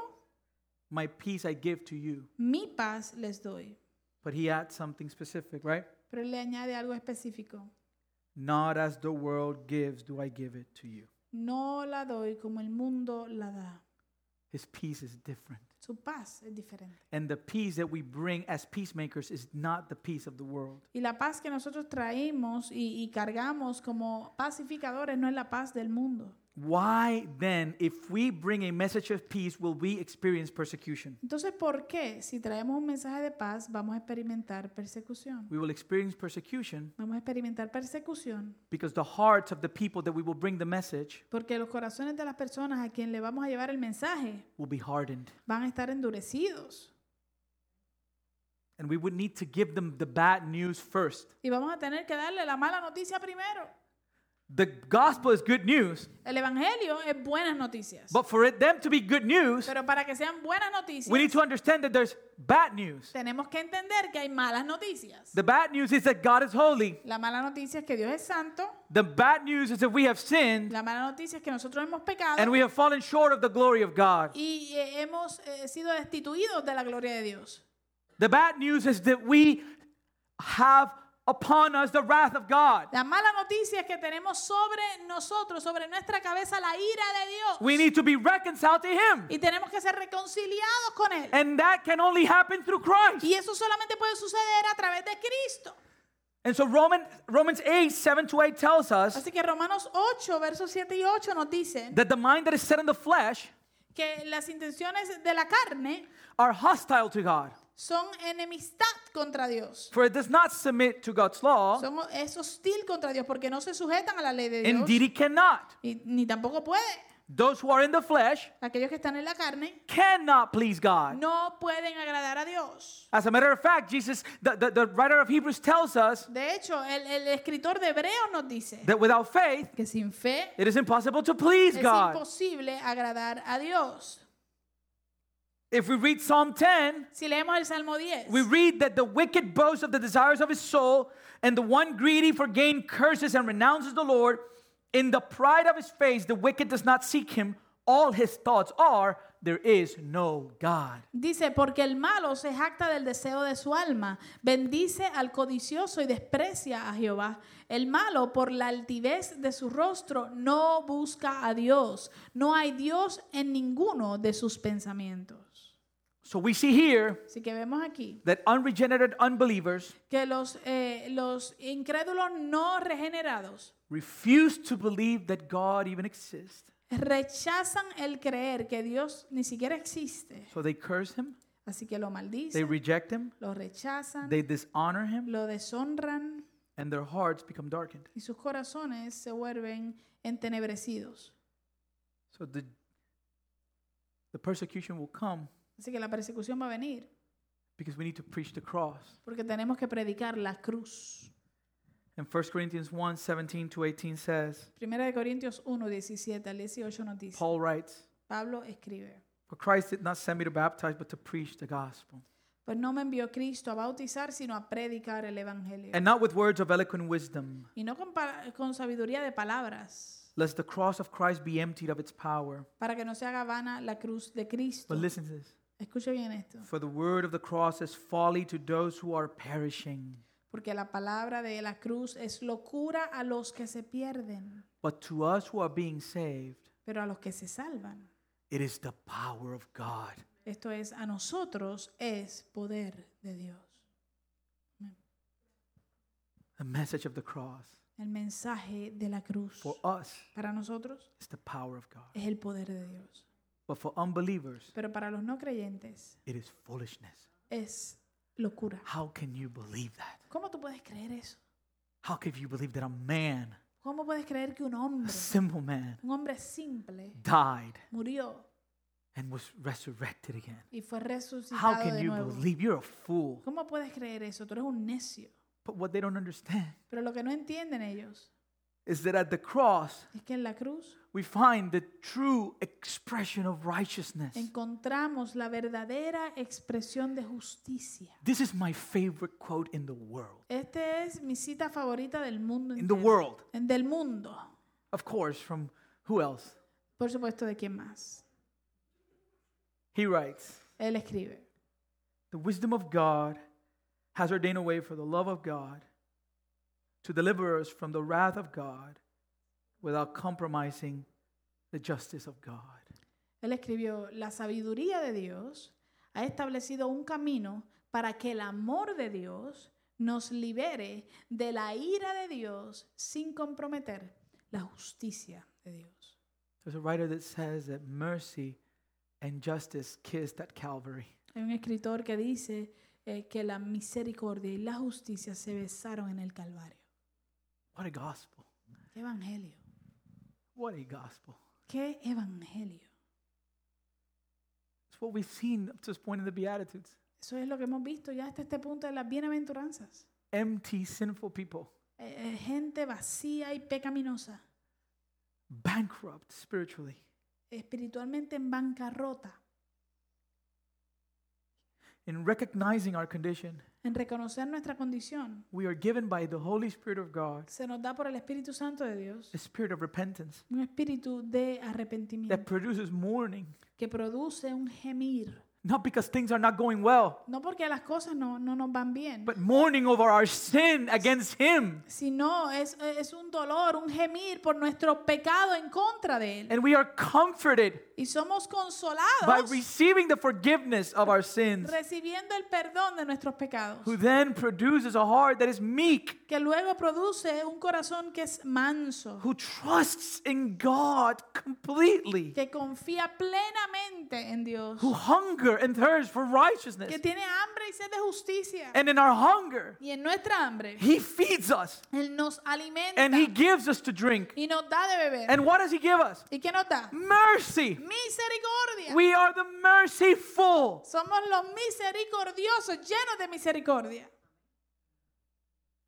Speaker 1: my peace I give to you.
Speaker 2: mi paz les doy.
Speaker 1: But he adds something specific, right?
Speaker 2: Pero él le añade algo específico,
Speaker 1: Not as the world gives do I give it to you.
Speaker 2: no la doy como el mundo la da.
Speaker 1: His peace is different.
Speaker 2: Su paz es diferente.
Speaker 1: And the peace that we bring as peacemakers is not the peace of the world.
Speaker 2: Y la paz que nosotros traemos y, y cargamos como pacificadores no es la paz del mundo.
Speaker 1: Why then, if we bring a message of peace, will we experience persecution?
Speaker 2: Entonces, ¿por qué si traemos un mensaje de paz vamos a experimentar persecución?
Speaker 1: We will experience persecution
Speaker 2: Vamos a experimentar persecución
Speaker 1: because the hearts of the people that we will bring the message
Speaker 2: porque los corazones de las personas a quien le vamos a llevar el mensaje
Speaker 1: will be hardened.
Speaker 2: van a estar endurecidos.
Speaker 1: And we would need to give them the bad news first.
Speaker 2: Y vamos a tener que darle la mala noticia primero.
Speaker 1: The gospel is good news,
Speaker 2: El Evangelio es buenas noticias.
Speaker 1: but for it, them to be good news,
Speaker 2: Pero para que sean buenas
Speaker 1: we need
Speaker 2: noticias,
Speaker 1: to understand that there's bad news.
Speaker 2: tenemos que entender que hay malas noticias.
Speaker 1: The bad news is that God is holy.
Speaker 2: La mala noticia es que Dios es santo.
Speaker 1: The bad news is that we have sinned
Speaker 2: La mala noticia es que nosotros hemos
Speaker 1: and
Speaker 2: pecado
Speaker 1: we have fallen short of the glory of God.
Speaker 2: y eh, hemos eh, sido destituidos de la gloria de Dios.
Speaker 1: The bad news is that we have upon us the wrath of God.
Speaker 2: La mala noticia es que tenemos sobre nosotros, sobre nuestra cabeza, la ira de Dios.
Speaker 1: We need to be reconciled to Him.
Speaker 2: y tenemos que ser reconciliados con Él.
Speaker 1: And that can only happen through Christ.
Speaker 2: Y eso solamente puede suceder a través de Cristo.
Speaker 1: And so Romans, Romans 8, 7 to 8 tells us
Speaker 2: Así que Romanos 8, versos 7 y 8 nos dicen
Speaker 1: that the mind that is set in the flesh
Speaker 2: que las intenciones de la carne
Speaker 1: are hostile to God.
Speaker 2: son enemistad contra Dios.
Speaker 1: For it does not submit to God's law.
Speaker 2: Son, es hostil contra Dios porque no se sujetan a la ley de Dios.
Speaker 1: Indeed, it cannot.
Speaker 2: Y, ni tampoco puede.
Speaker 1: Those who are in the flesh
Speaker 2: Aquellos que están en la carne
Speaker 1: cannot please God.
Speaker 2: no pueden agradar a Dios.
Speaker 1: As a matter of fact, Jesus, the, the, the writer of Hebrews tells us
Speaker 2: De hecho, el, el escritor de Hebreos nos dice
Speaker 1: that without faith,
Speaker 2: que sin fe
Speaker 1: it is impossible to please
Speaker 2: es
Speaker 1: God.
Speaker 2: imposible agradar a Dios.
Speaker 1: If we read Psalm 10,
Speaker 2: Si leemos el Salmo 10,
Speaker 1: we read that the wicked boasts of the desires of his soul, and the one greedy for gain curses and renounces the Lord. In the pride of his face, the wicked does not seek him. All his thoughts are, there is no God.
Speaker 2: dice, porque el malo se jacta del deseo de su alma, bendice al codicioso y desprecia a Jehová. El malo, por la altivez de su rostro, no busca a Dios. No hay Dios en ninguno de sus pensamientos.
Speaker 1: So we see here
Speaker 2: Así que vemos aquí
Speaker 1: that unregenerate unbelievers
Speaker 2: que los, eh, los incrédulos no regenerados
Speaker 1: refuse to believe that God even exists.
Speaker 2: rechazan el creer que Dios ni siquiera existe.
Speaker 1: So they curse him,
Speaker 2: Así que lo
Speaker 1: they
Speaker 2: maldicen,
Speaker 1: reject him,
Speaker 2: lo rechazan,
Speaker 1: they dishonor him,
Speaker 2: lo deshonran
Speaker 1: and their hearts become darkened.
Speaker 2: y sus corazones se vuelven entenebrecidos.
Speaker 1: So the, the persecution will come
Speaker 2: Así que la persecución va a venir
Speaker 1: because we need to preach the cross.
Speaker 2: porque tenemos que predicar la cruz.
Speaker 1: And 1 Corinthians 1 17 to 18 says,
Speaker 2: Primera de Corintios 1, 17 al 18 nos dice,
Speaker 1: Paul writes,
Speaker 2: Pablo escribe,
Speaker 1: For Christ did not send me to baptize, but to preach the gospel.
Speaker 2: pues no me envió Cristo a bautizar, sino a predicar el Evangelio.
Speaker 1: And not with words of eloquent wisdom,
Speaker 2: Y no con, pa- con sabiduría de palabras,
Speaker 1: lest the cross of Christ be emptied of its power.
Speaker 2: para que no se haga vana la cruz de Cristo.
Speaker 1: But listen to this.
Speaker 2: Escuche bien esto,
Speaker 1: For the word of the cross is folly to those who are perishing,
Speaker 2: porque la palabra de la cruz es locura a los que se pierden,
Speaker 1: but to us who are being saved,
Speaker 2: pero a los que se salvan.
Speaker 1: it is the power of God.
Speaker 2: Esto es, a nosotros es poder de Dios.
Speaker 1: The message of the cross
Speaker 2: El mensaje de la cruz
Speaker 1: for us
Speaker 2: para nosotros
Speaker 1: is the power of God.
Speaker 2: es el poder de Dios,
Speaker 1: But for unbelievers,
Speaker 2: pero para los no creyentes
Speaker 1: it is foolishness.
Speaker 2: es locura.
Speaker 1: How can you believe that?
Speaker 2: ¿Cómo tú puedes creer eso?
Speaker 1: How can you believe that a man,
Speaker 2: ¿Cómo puedes creer que un
Speaker 1: a
Speaker 2: hombre,
Speaker 1: simple man,
Speaker 2: un hombre simple,
Speaker 1: died
Speaker 2: murió
Speaker 1: and was resurrected again?
Speaker 2: y fue
Speaker 1: How
Speaker 2: resucitado
Speaker 1: can
Speaker 2: de
Speaker 1: you
Speaker 2: nuevo?
Speaker 1: believe? You're a fool.
Speaker 2: ¿Cómo puedes creer eso? Tú eres un necio.
Speaker 1: But what they don't understand
Speaker 2: Pero lo que no entienden ellos
Speaker 1: is that at the cross,
Speaker 2: es que en la cruz
Speaker 1: we find the true expression of righteousness.
Speaker 2: encontramos la verdadera expresión de justicia.
Speaker 1: This is my favorite quote in the world.
Speaker 2: Esta Este es mi cita favorita del mundo.
Speaker 1: In the
Speaker 2: entero.
Speaker 1: world.
Speaker 2: En- Del mundo.
Speaker 1: Of course, from who else?
Speaker 2: Por supuesto, ¿de quién más?
Speaker 1: He writes
Speaker 2: Él escribe.
Speaker 1: The wisdom of God has ordained a way for the love of God to deliver us from the wrath of God without compromising the justice of God.
Speaker 2: Él escribió, la sabiduría de Dios ha establecido un camino para que el amor de Dios nos libere de la ira de Dios sin comprometer la justicia de Dios.
Speaker 1: There's a writer that says that mercy and justice kissed at Calvary.
Speaker 2: Hay un escritor que dice eh, que la misericordia y la justicia se besaron en el Calvario.
Speaker 1: What a gospel!
Speaker 2: ¡Qué evangelio!
Speaker 1: What a gospel.
Speaker 2: ¡Qué evangelio!
Speaker 1: It's what we've seen up to this point in the Beatitudes.
Speaker 2: Eso es lo que hemos visto ya hasta este punto de las bienaventuranzas.
Speaker 1: Empty, sinful people,
Speaker 2: Eh, eh, gente vacía y pecaminosa,
Speaker 1: bankrupt spiritually.
Speaker 2: espiritualmente en bancarrota,
Speaker 1: In recognizing our condition,
Speaker 2: en reconocer nuestra condición.
Speaker 1: we are given by the Holy Spirit of God
Speaker 2: Se nos da por el Espíritu Santo de Dios
Speaker 1: a spirit of repentance
Speaker 2: un espíritu de
Speaker 1: that
Speaker 2: arrepentimiento
Speaker 1: produces mourning,
Speaker 2: que produce un gemir.
Speaker 1: not because things are not going well,
Speaker 2: No porque las cosas no, no nos van bien,
Speaker 1: but mourning over our sin against Him.
Speaker 2: sino es, es un dolor, un gemir por nuestro pecado en contra de Él.
Speaker 1: And we are comforted
Speaker 2: Y somos
Speaker 1: by
Speaker 2: consolados
Speaker 1: receiving the forgiveness of our sins,
Speaker 2: recibiendo el perdón de nuestros pecados.
Speaker 1: who then produces a heart that is meek,
Speaker 2: que luego produce un corazón que es manso,
Speaker 1: who trusts in God completely,
Speaker 2: que confía plenamente en Dios,
Speaker 1: who hunger and thirst for righteousness.
Speaker 2: que tiene hambre y sed de justicia.
Speaker 1: And in our hunger,
Speaker 2: Y en nuestra hambre,
Speaker 1: He feeds us
Speaker 2: Él nos alimenta
Speaker 1: and He gives us to drink.
Speaker 2: y nos da de beber.
Speaker 1: And what does He give us?
Speaker 2: ¿Y qué nos da?
Speaker 1: Mercy.
Speaker 2: Misericordia.
Speaker 1: We are the merciful.
Speaker 2: Somos los misericordiosos, llenos de misericordia.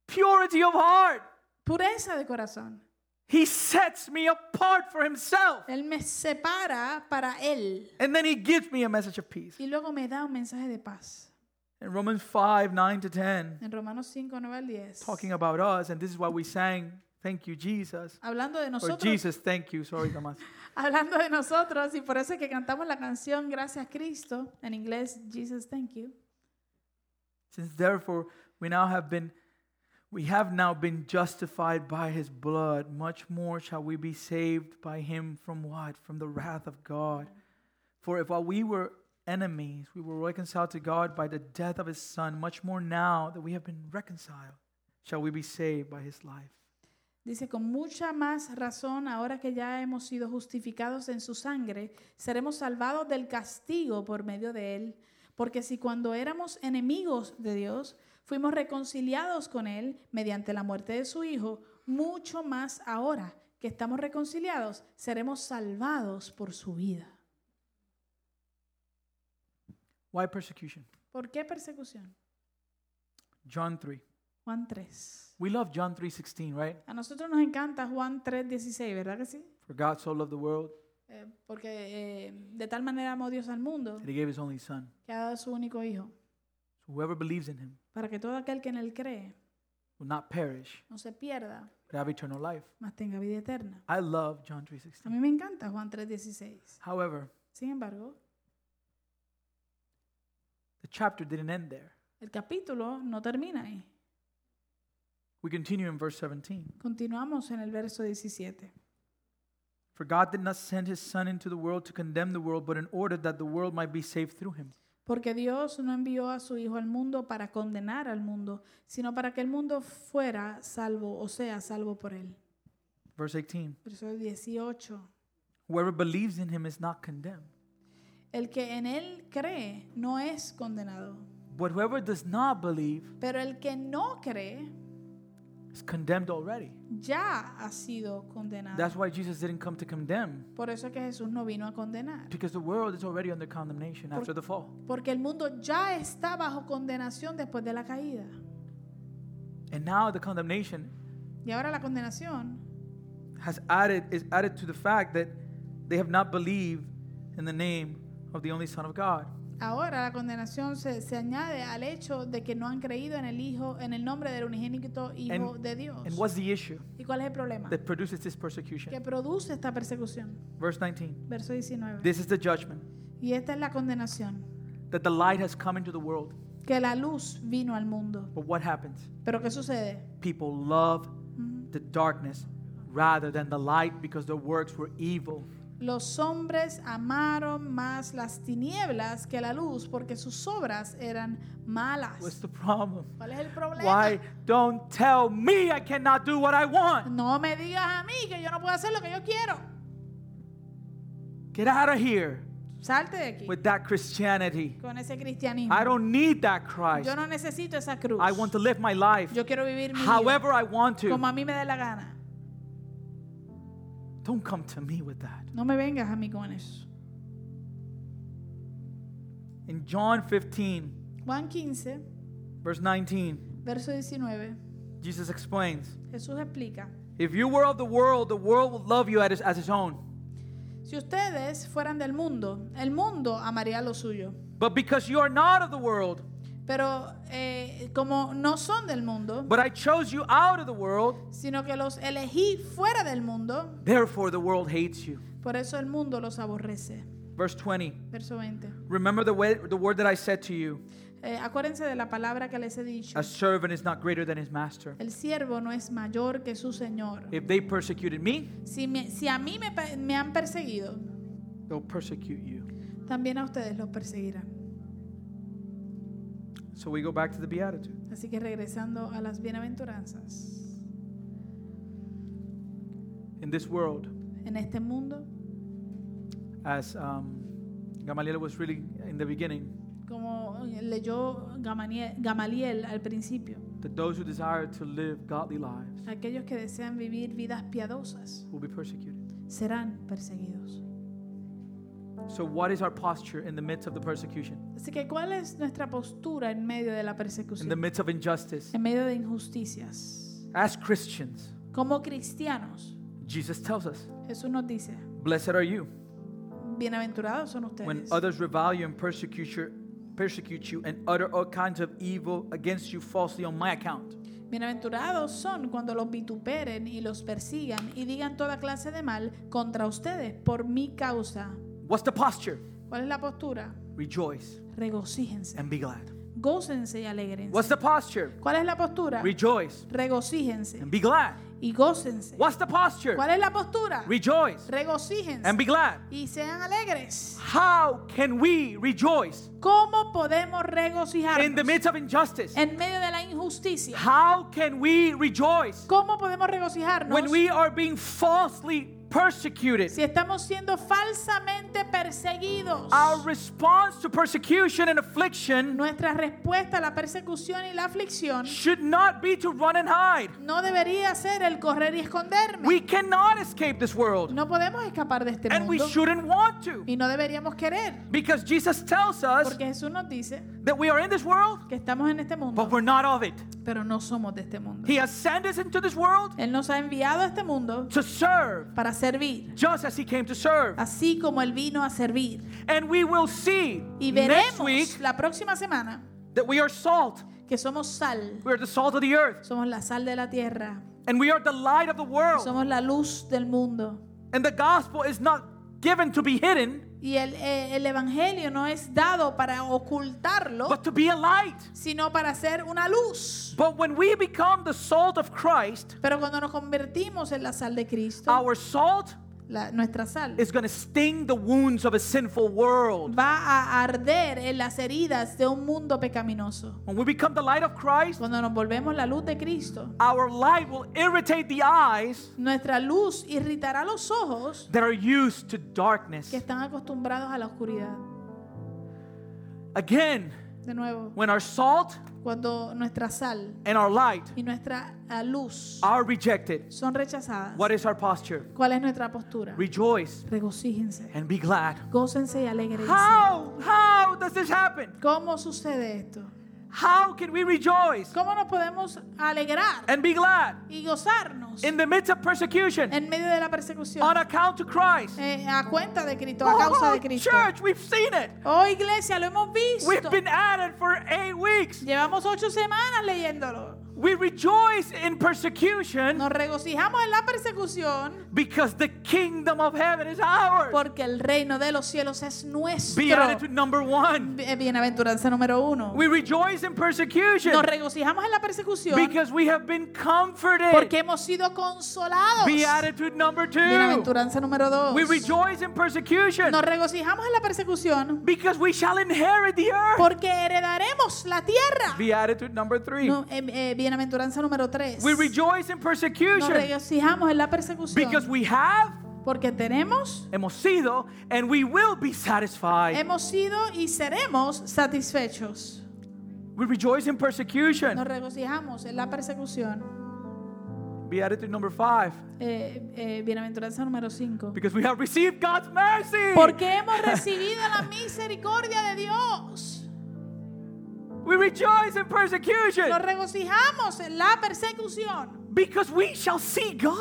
Speaker 1: Purity of heart.
Speaker 2: Pureza de corazón.
Speaker 1: He sets me apart for himself.
Speaker 2: Él me separa para Él.
Speaker 1: And then he gives me a message of peace.
Speaker 2: Y luego me da un mensaje de paz.
Speaker 1: In Romans 5, 9 to 10,
Speaker 2: En Romanos 5, 9 al 10.
Speaker 1: talking about us, and this is what we sang, Thank you, Jesus.
Speaker 2: Hablando de
Speaker 1: Or
Speaker 2: nosotros.
Speaker 1: Jesus, thank you. Sorry, Tomás.
Speaker 2: Hablando de nosotros. Y por eso es que cantamos la canción Gracias Cristo. En inglés, Jesus, thank you.
Speaker 1: Since therefore we now have been we have now been justified by his blood, much more shall we be saved by him from what? From the wrath of God. For if while we were enemies, we were reconciled to God by the death of his son, much more now that we have been reconciled, shall we be saved by his life.
Speaker 2: Dice, con mucha más razón, ahora que ya hemos sido justificados en su sangre, seremos salvados del castigo por medio de él. Porque si cuando éramos enemigos de Dios, fuimos reconciliados con él mediante la muerte de su Hijo, mucho más ahora que estamos reconciliados, seremos salvados por su vida.
Speaker 1: Why persecution?
Speaker 2: ¿Por qué persecución?
Speaker 1: John 3.
Speaker 2: Juan 3.
Speaker 1: We love John 3:16, right?
Speaker 2: A nosotros nos encanta Juan 3, 16, ¿verdad que sí?
Speaker 1: For God so loved the world
Speaker 2: Eh, porque eh, de tal manera amó Dios al mundo
Speaker 1: that he gave his only son.
Speaker 2: que ha dado a su único Hijo.
Speaker 1: So whoever believes in him
Speaker 2: para que todo aquel que en él cree
Speaker 1: will not perish,
Speaker 2: no se pierda,
Speaker 1: but have eternal life.
Speaker 2: mas tenga vida eterna.
Speaker 1: I love John
Speaker 2: A
Speaker 1: 3:16.
Speaker 2: mí me encanta Juan 3:16.
Speaker 1: However,
Speaker 2: Sin embargo,
Speaker 1: the chapter didn't end there.
Speaker 2: el capítulo no termina ahí.
Speaker 1: We continue in verse 17.
Speaker 2: Continuamos en el verso 17.
Speaker 1: For God did not send his son into the world to condemn the world, but in order that the world might be saved through him.
Speaker 2: Porque Dios no envió a su Hijo al mundo para condenar al mundo, sino para que el mundo fuera salvo, o sea, salvo por él.
Speaker 1: Verse 18.
Speaker 2: Verso 18.
Speaker 1: Whoever believes in him is not condemned.
Speaker 2: El que en él cree no es condenado,
Speaker 1: But whoever does not believe
Speaker 2: pero el que no cree
Speaker 1: is condemned already.
Speaker 2: ya ha sido condenado.
Speaker 1: That's why Jesus didn't come to condemn,
Speaker 2: Por eso es que Jesús no vino a condenar.
Speaker 1: because the world is already under condemnation after the fall.
Speaker 2: Porque el mundo ya está bajo condenación después de la caída.
Speaker 1: And now the condemnation
Speaker 2: Y ahora la condenación
Speaker 1: has added is added to the fact that they have not believed in the name of the only Son of God.
Speaker 2: Ahora la condenación se, se añade al hecho de que no han creído en el Hijo, en el nombre del unigénito Hijo
Speaker 1: And-
Speaker 2: de Dios.
Speaker 1: And what's the issue
Speaker 2: ¿Y cuál es el problema?
Speaker 1: that produces this persecution?
Speaker 2: Que produce esta persecución.
Speaker 1: Verse 19.
Speaker 2: Verso 19.
Speaker 1: This is the judgment
Speaker 2: y esta es la condenación.
Speaker 1: that the light has come into the world.
Speaker 2: Que la luz vino al mundo.
Speaker 1: But what happens?
Speaker 2: Pero ¿qué sucede?
Speaker 1: People love the darkness rather than the light because their works were evil.
Speaker 2: Los hombres amaron más las tinieblas que la luz porque sus obras eran
Speaker 1: What's
Speaker 2: malas.
Speaker 1: the problem?
Speaker 2: ¿Cuál es el problema?
Speaker 1: Pues, Why don't tell me I cannot do what I want?
Speaker 2: No me digas a mí que yo no puedo hacer lo que yo quiero.
Speaker 1: Get out of here
Speaker 2: Salte de aquí
Speaker 1: with that Christianity.
Speaker 2: con ese cristianismo.
Speaker 1: Pues, I don't need that Christ.
Speaker 2: Yo no necesito esa cruz.
Speaker 1: I want to live my life
Speaker 2: Yo quiero vivir mi vida
Speaker 1: however I want to.
Speaker 2: como a mí me dé la gana.
Speaker 1: Don't come to me with that.
Speaker 2: No me vengas a mí con eso.
Speaker 1: In John 15,
Speaker 2: Juan 15,
Speaker 1: verse 19,
Speaker 2: verso 19,
Speaker 1: Jesus explains
Speaker 2: Jesús explica,
Speaker 1: If you were of the world, the world would love you as, as its own.
Speaker 2: si ustedes fueran del mundo, el mundo amaría lo suyo.
Speaker 1: But because you are not of the world,
Speaker 2: Pero eh, como no son del mundo,
Speaker 1: but I chose you out of the world,
Speaker 2: sino que los elegí fuera del mundo,
Speaker 1: therefore the world hates you.
Speaker 2: por eso el mundo los aborrece.
Speaker 1: Verse 20.
Speaker 2: Verso 20.
Speaker 1: Remember the, way, the word that I said to you
Speaker 2: Eh, acuérdense de la palabra que les he dicho.
Speaker 1: a servant is not greater than his master.
Speaker 2: El siervo no es mayor que su señor.
Speaker 1: If they persecuted me,
Speaker 2: Si, me- si a mí me, pe- me han perseguido,
Speaker 1: they'll persecute you.
Speaker 2: también a ustedes los perseguirán.
Speaker 1: So we go back to the Beatitude.
Speaker 2: Así que regresando a las bienaventuranzas.
Speaker 1: In this world,
Speaker 2: En este mundo,
Speaker 1: as um, Gamaliel was really in the beginning,
Speaker 2: como leyó Gamanie- Gamaliel al principio,
Speaker 1: that those who desire to live godly lives
Speaker 2: aquellos que desean vivir vidas piadosas
Speaker 1: will be persecuted.
Speaker 2: serán perseguidos.
Speaker 1: So, what is our posture in the midst of the persecution,
Speaker 2: Así que, ¿cuál es nuestra postura en medio de la
Speaker 1: in the
Speaker 2: persecución?
Speaker 1: midst of injustice?
Speaker 2: En medio de injusticias.
Speaker 1: As Christians,
Speaker 2: Como cristianos,
Speaker 1: Jesus tells us,
Speaker 2: Jesús nos dice,
Speaker 1: Blessed are you
Speaker 2: bienaventurados son
Speaker 1: when
Speaker 2: ustedes
Speaker 1: others revile you and persecute you, persecute you and utter all kinds of evil against you falsely on my account.
Speaker 2: Bienaventurados son cuando los vituperen y los persigan y digan toda clase de mal contra ustedes por mi causa.
Speaker 1: What's the posture?
Speaker 2: ¿Cuál es la postura?
Speaker 1: Rejoice
Speaker 2: Regocíjense,
Speaker 1: and be glad.
Speaker 2: gócense y alegrense.
Speaker 1: What's the posture?
Speaker 2: ¿Cuál es la postura?
Speaker 1: Rejoice
Speaker 2: Regocíjense
Speaker 1: and be glad.
Speaker 2: y gócense.
Speaker 1: What's the posture?
Speaker 2: ¿Cuál es la postura?
Speaker 1: Rejoice and
Speaker 2: Regocíjense
Speaker 1: be glad.
Speaker 2: y sean alegres.
Speaker 1: How can we rejoice
Speaker 2: ¿Cómo podemos
Speaker 1: in the
Speaker 2: regocijarnos
Speaker 1: midst of injustice?
Speaker 2: en medio de la injusticia?
Speaker 1: How can we rejoice
Speaker 2: ¿Cómo podemos regocijarnos
Speaker 1: when we are being falsely persecuted?
Speaker 2: si estamos siendo falsamente perseguidos?
Speaker 1: Our response to persecution and affliction
Speaker 2: Nuestra respuesta a la persecución y la aflicción
Speaker 1: should not be to run and hide.
Speaker 2: no debería ser el correr y esconderme.
Speaker 1: We cannot escape this world,
Speaker 2: no podemos escapar de este
Speaker 1: and we
Speaker 2: mundo
Speaker 1: shouldn't want to
Speaker 2: y no deberíamos querer,
Speaker 1: because Jesus tells us
Speaker 2: porque Jesús nos dice
Speaker 1: that we are in this world,
Speaker 2: que estamos en este mundo,
Speaker 1: but we're not of it.
Speaker 2: pero no somos de este mundo.
Speaker 1: He has sent us into this world
Speaker 2: Él nos ha enviado a este mundo
Speaker 1: to serve,
Speaker 2: para servir,
Speaker 1: just as He came to serve.
Speaker 2: así como Él vino a servir.
Speaker 1: And we will see
Speaker 2: Y
Speaker 1: next week
Speaker 2: veremos la próxima semana
Speaker 1: that we are salt.
Speaker 2: que somos sal,
Speaker 1: We are the salt of the earth,
Speaker 2: somos la sal de la tierra,
Speaker 1: and we are the light of the world.
Speaker 2: somos la luz del mundo.
Speaker 1: And the gospel is not given to be hidden,
Speaker 2: Y el, eh, el evangelio no es dado para ocultarlo,
Speaker 1: but to be a light.
Speaker 2: sino para ser una luz.
Speaker 1: But when we become the salt of Christ,
Speaker 2: Pero cuando nos convertimos en la sal de Cristo,
Speaker 1: our salt
Speaker 2: la- nuestra sal
Speaker 1: is going to sting the wounds of a sinful world.
Speaker 2: va a arder en las heridas de un mundo pecaminoso.
Speaker 1: When we become the light of Christ,
Speaker 2: Cuando nos volvemos la luz de Cristo,
Speaker 1: our light will irritate the eyes
Speaker 2: nuestra luz irritará los ojos
Speaker 1: that are used to darkness.
Speaker 2: que están acostumbrados a la oscuridad.
Speaker 1: Again,
Speaker 2: De nuevo,
Speaker 1: when our salt
Speaker 2: cuando nuestra sal
Speaker 1: and our light
Speaker 2: y nuestra ah, luz
Speaker 1: are rejected,
Speaker 2: son rechazadas,
Speaker 1: what is our posture?
Speaker 2: ¿cuál es nuestra postura?
Speaker 1: Rejoice
Speaker 2: Regocíjense,
Speaker 1: and be glad.
Speaker 2: gócense y alegrense.
Speaker 1: How? How does this happen?
Speaker 2: ¿Cómo sucede esto?
Speaker 1: How can we rejoice
Speaker 2: ¿Cómo nos podemos alegrar
Speaker 1: and be glad
Speaker 2: y gozarnos
Speaker 1: in the midst of persecution
Speaker 2: en medio de la
Speaker 1: on
Speaker 2: persecución?
Speaker 1: account to Christ?
Speaker 2: Eh, a cuenta de Cristo, a causa
Speaker 1: Oh,
Speaker 2: de Cristo.
Speaker 1: church, we've seen it.
Speaker 2: Oh, iglesia, lo hemos
Speaker 1: We've
Speaker 2: visto.
Speaker 1: been at it for eight weeks.
Speaker 2: Llevamos ocho semanas leyéndolo.
Speaker 1: We rejoice in persecution
Speaker 2: Nos regocijamos en la persecución
Speaker 1: because the kingdom of heaven is ours.
Speaker 2: porque el reino de los cielos es nuestro.
Speaker 1: Beatitude number one.
Speaker 2: Bi- eh, Bienaventuranza número uno.
Speaker 1: We rejoice in persecution
Speaker 2: Nos regocijamos en la persecución
Speaker 1: because we have been comforted.
Speaker 2: porque hemos sido consolados.
Speaker 1: Beatitude number two.
Speaker 2: Bienaventuranza número dos.
Speaker 1: We rejoice in persecution
Speaker 2: Nos regocijamos en la persecución
Speaker 1: because we shall inherit the earth.
Speaker 2: porque heredaremos la tierra.
Speaker 1: Beatitude number three.
Speaker 2: No, eh, eh, bienaventuranza número 3.
Speaker 1: We rejoice in
Speaker 2: Nos
Speaker 1: persecution
Speaker 2: regocijamos en la persecución
Speaker 1: because we have,
Speaker 2: porque tenemos,
Speaker 1: hemos sido, and we will be satisfied.
Speaker 2: hemos sido y seremos satisfechos.
Speaker 1: We rejoice in persecution.
Speaker 2: Nos regocijamos en la persecución.
Speaker 1: Beatitude number five,
Speaker 2: Eh, eh, bienaventuranza número 5.
Speaker 1: because we have received God's mercy.
Speaker 2: Porque hemos recibido la misericordia de Dios.
Speaker 1: we rejoice in persecution
Speaker 2: Nos regocijamos en la persecución
Speaker 1: because we shall see God.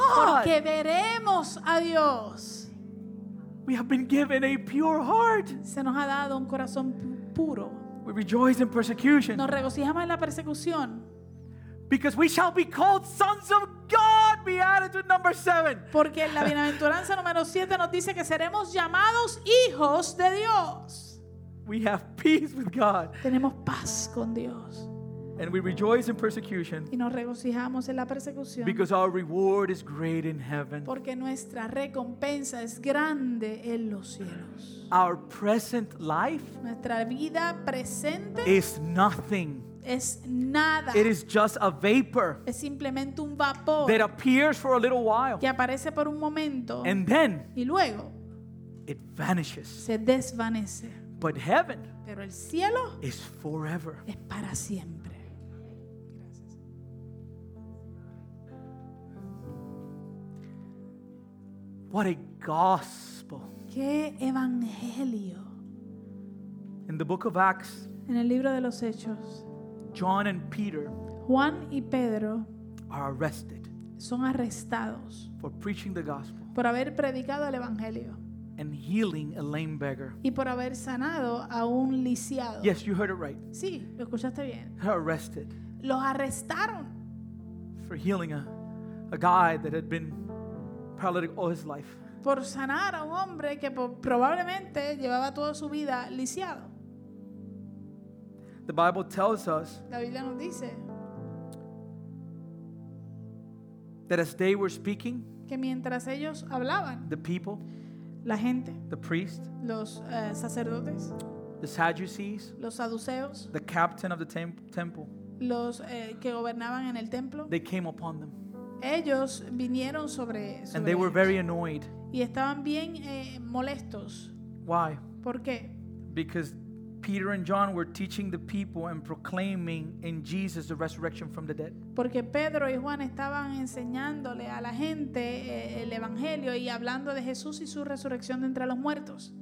Speaker 2: porque veremos a Dios.
Speaker 1: We have been given a pure heart.
Speaker 2: Se nos ha dado un corazón pu- puro.
Speaker 1: We rejoice in persecution
Speaker 2: Nos regocijamos en la persecución
Speaker 1: because we shall be called sons of God. Beatitude number seven.
Speaker 2: Porque en la bienaventuranza número 7 nos dice que seremos llamados hijos de Dios.
Speaker 1: We have peace with God
Speaker 2: Tenemos paz con Dios
Speaker 1: and we rejoice in persecution
Speaker 2: y nos regocijamos en la persecución
Speaker 1: because our reward is great in heaven.
Speaker 2: porque nuestra recompensa es grande en los cielos.
Speaker 1: Our present life
Speaker 2: Nuestra vida presente
Speaker 1: is nothing,
Speaker 2: es nada.
Speaker 1: it is just a vapor
Speaker 2: Es simplemente un vapor
Speaker 1: that appears for a little while
Speaker 2: que aparece por un momento
Speaker 1: and then
Speaker 2: y luego
Speaker 1: it vanishes.
Speaker 2: se desvanece.
Speaker 1: But heaven
Speaker 2: Pero el cielo
Speaker 1: is forever.
Speaker 2: es para siempre.
Speaker 1: What a gospel.
Speaker 2: ¡Qué evangelio!
Speaker 1: In the book of Acts,
Speaker 2: En el libro de los Hechos,
Speaker 1: John and Peter
Speaker 2: Juan y Pedro
Speaker 1: are arrested.
Speaker 2: son arrestados
Speaker 1: for preaching the gospel
Speaker 2: por haber predicado el Evangelio
Speaker 1: and healing a lame beggar.
Speaker 2: y por haber sanado a un lisiado.
Speaker 1: Yes, you heard it right.
Speaker 2: Sí, lo escuchaste bien.
Speaker 1: They're arrested
Speaker 2: Los arrestaron
Speaker 1: for healing a, a guy that had been paralytic all his life.
Speaker 2: por sanar a un hombre que po- probablemente llevaba toda su vida lisiado.
Speaker 1: The Bible tells us
Speaker 2: La Biblia nos dice
Speaker 1: that as they were speaking,
Speaker 2: que mientras ellos hablaban,
Speaker 1: the people,
Speaker 2: la gente,
Speaker 1: the priest,
Speaker 2: los eh, sacerdotes,
Speaker 1: the Sadducees,
Speaker 2: los saduceos,
Speaker 1: the captain of the tem- temple,
Speaker 2: los eh, que gobernaban en el templo,
Speaker 1: they came upon them.
Speaker 2: ellos vinieron sobre, sobre
Speaker 1: And they were
Speaker 2: ellos
Speaker 1: very annoyed.
Speaker 2: y estaban bien eh, molestos.
Speaker 1: Why?
Speaker 2: ¿Por qué?
Speaker 1: Because Peter and John were teaching the people and proclaiming in Jesus the resurrection from the dead.
Speaker 2: Porque Pedro y Juan estaban enseñándole a la gente eh, el Evangelio y hablando de Jesús y su resurrección de entre los muertos.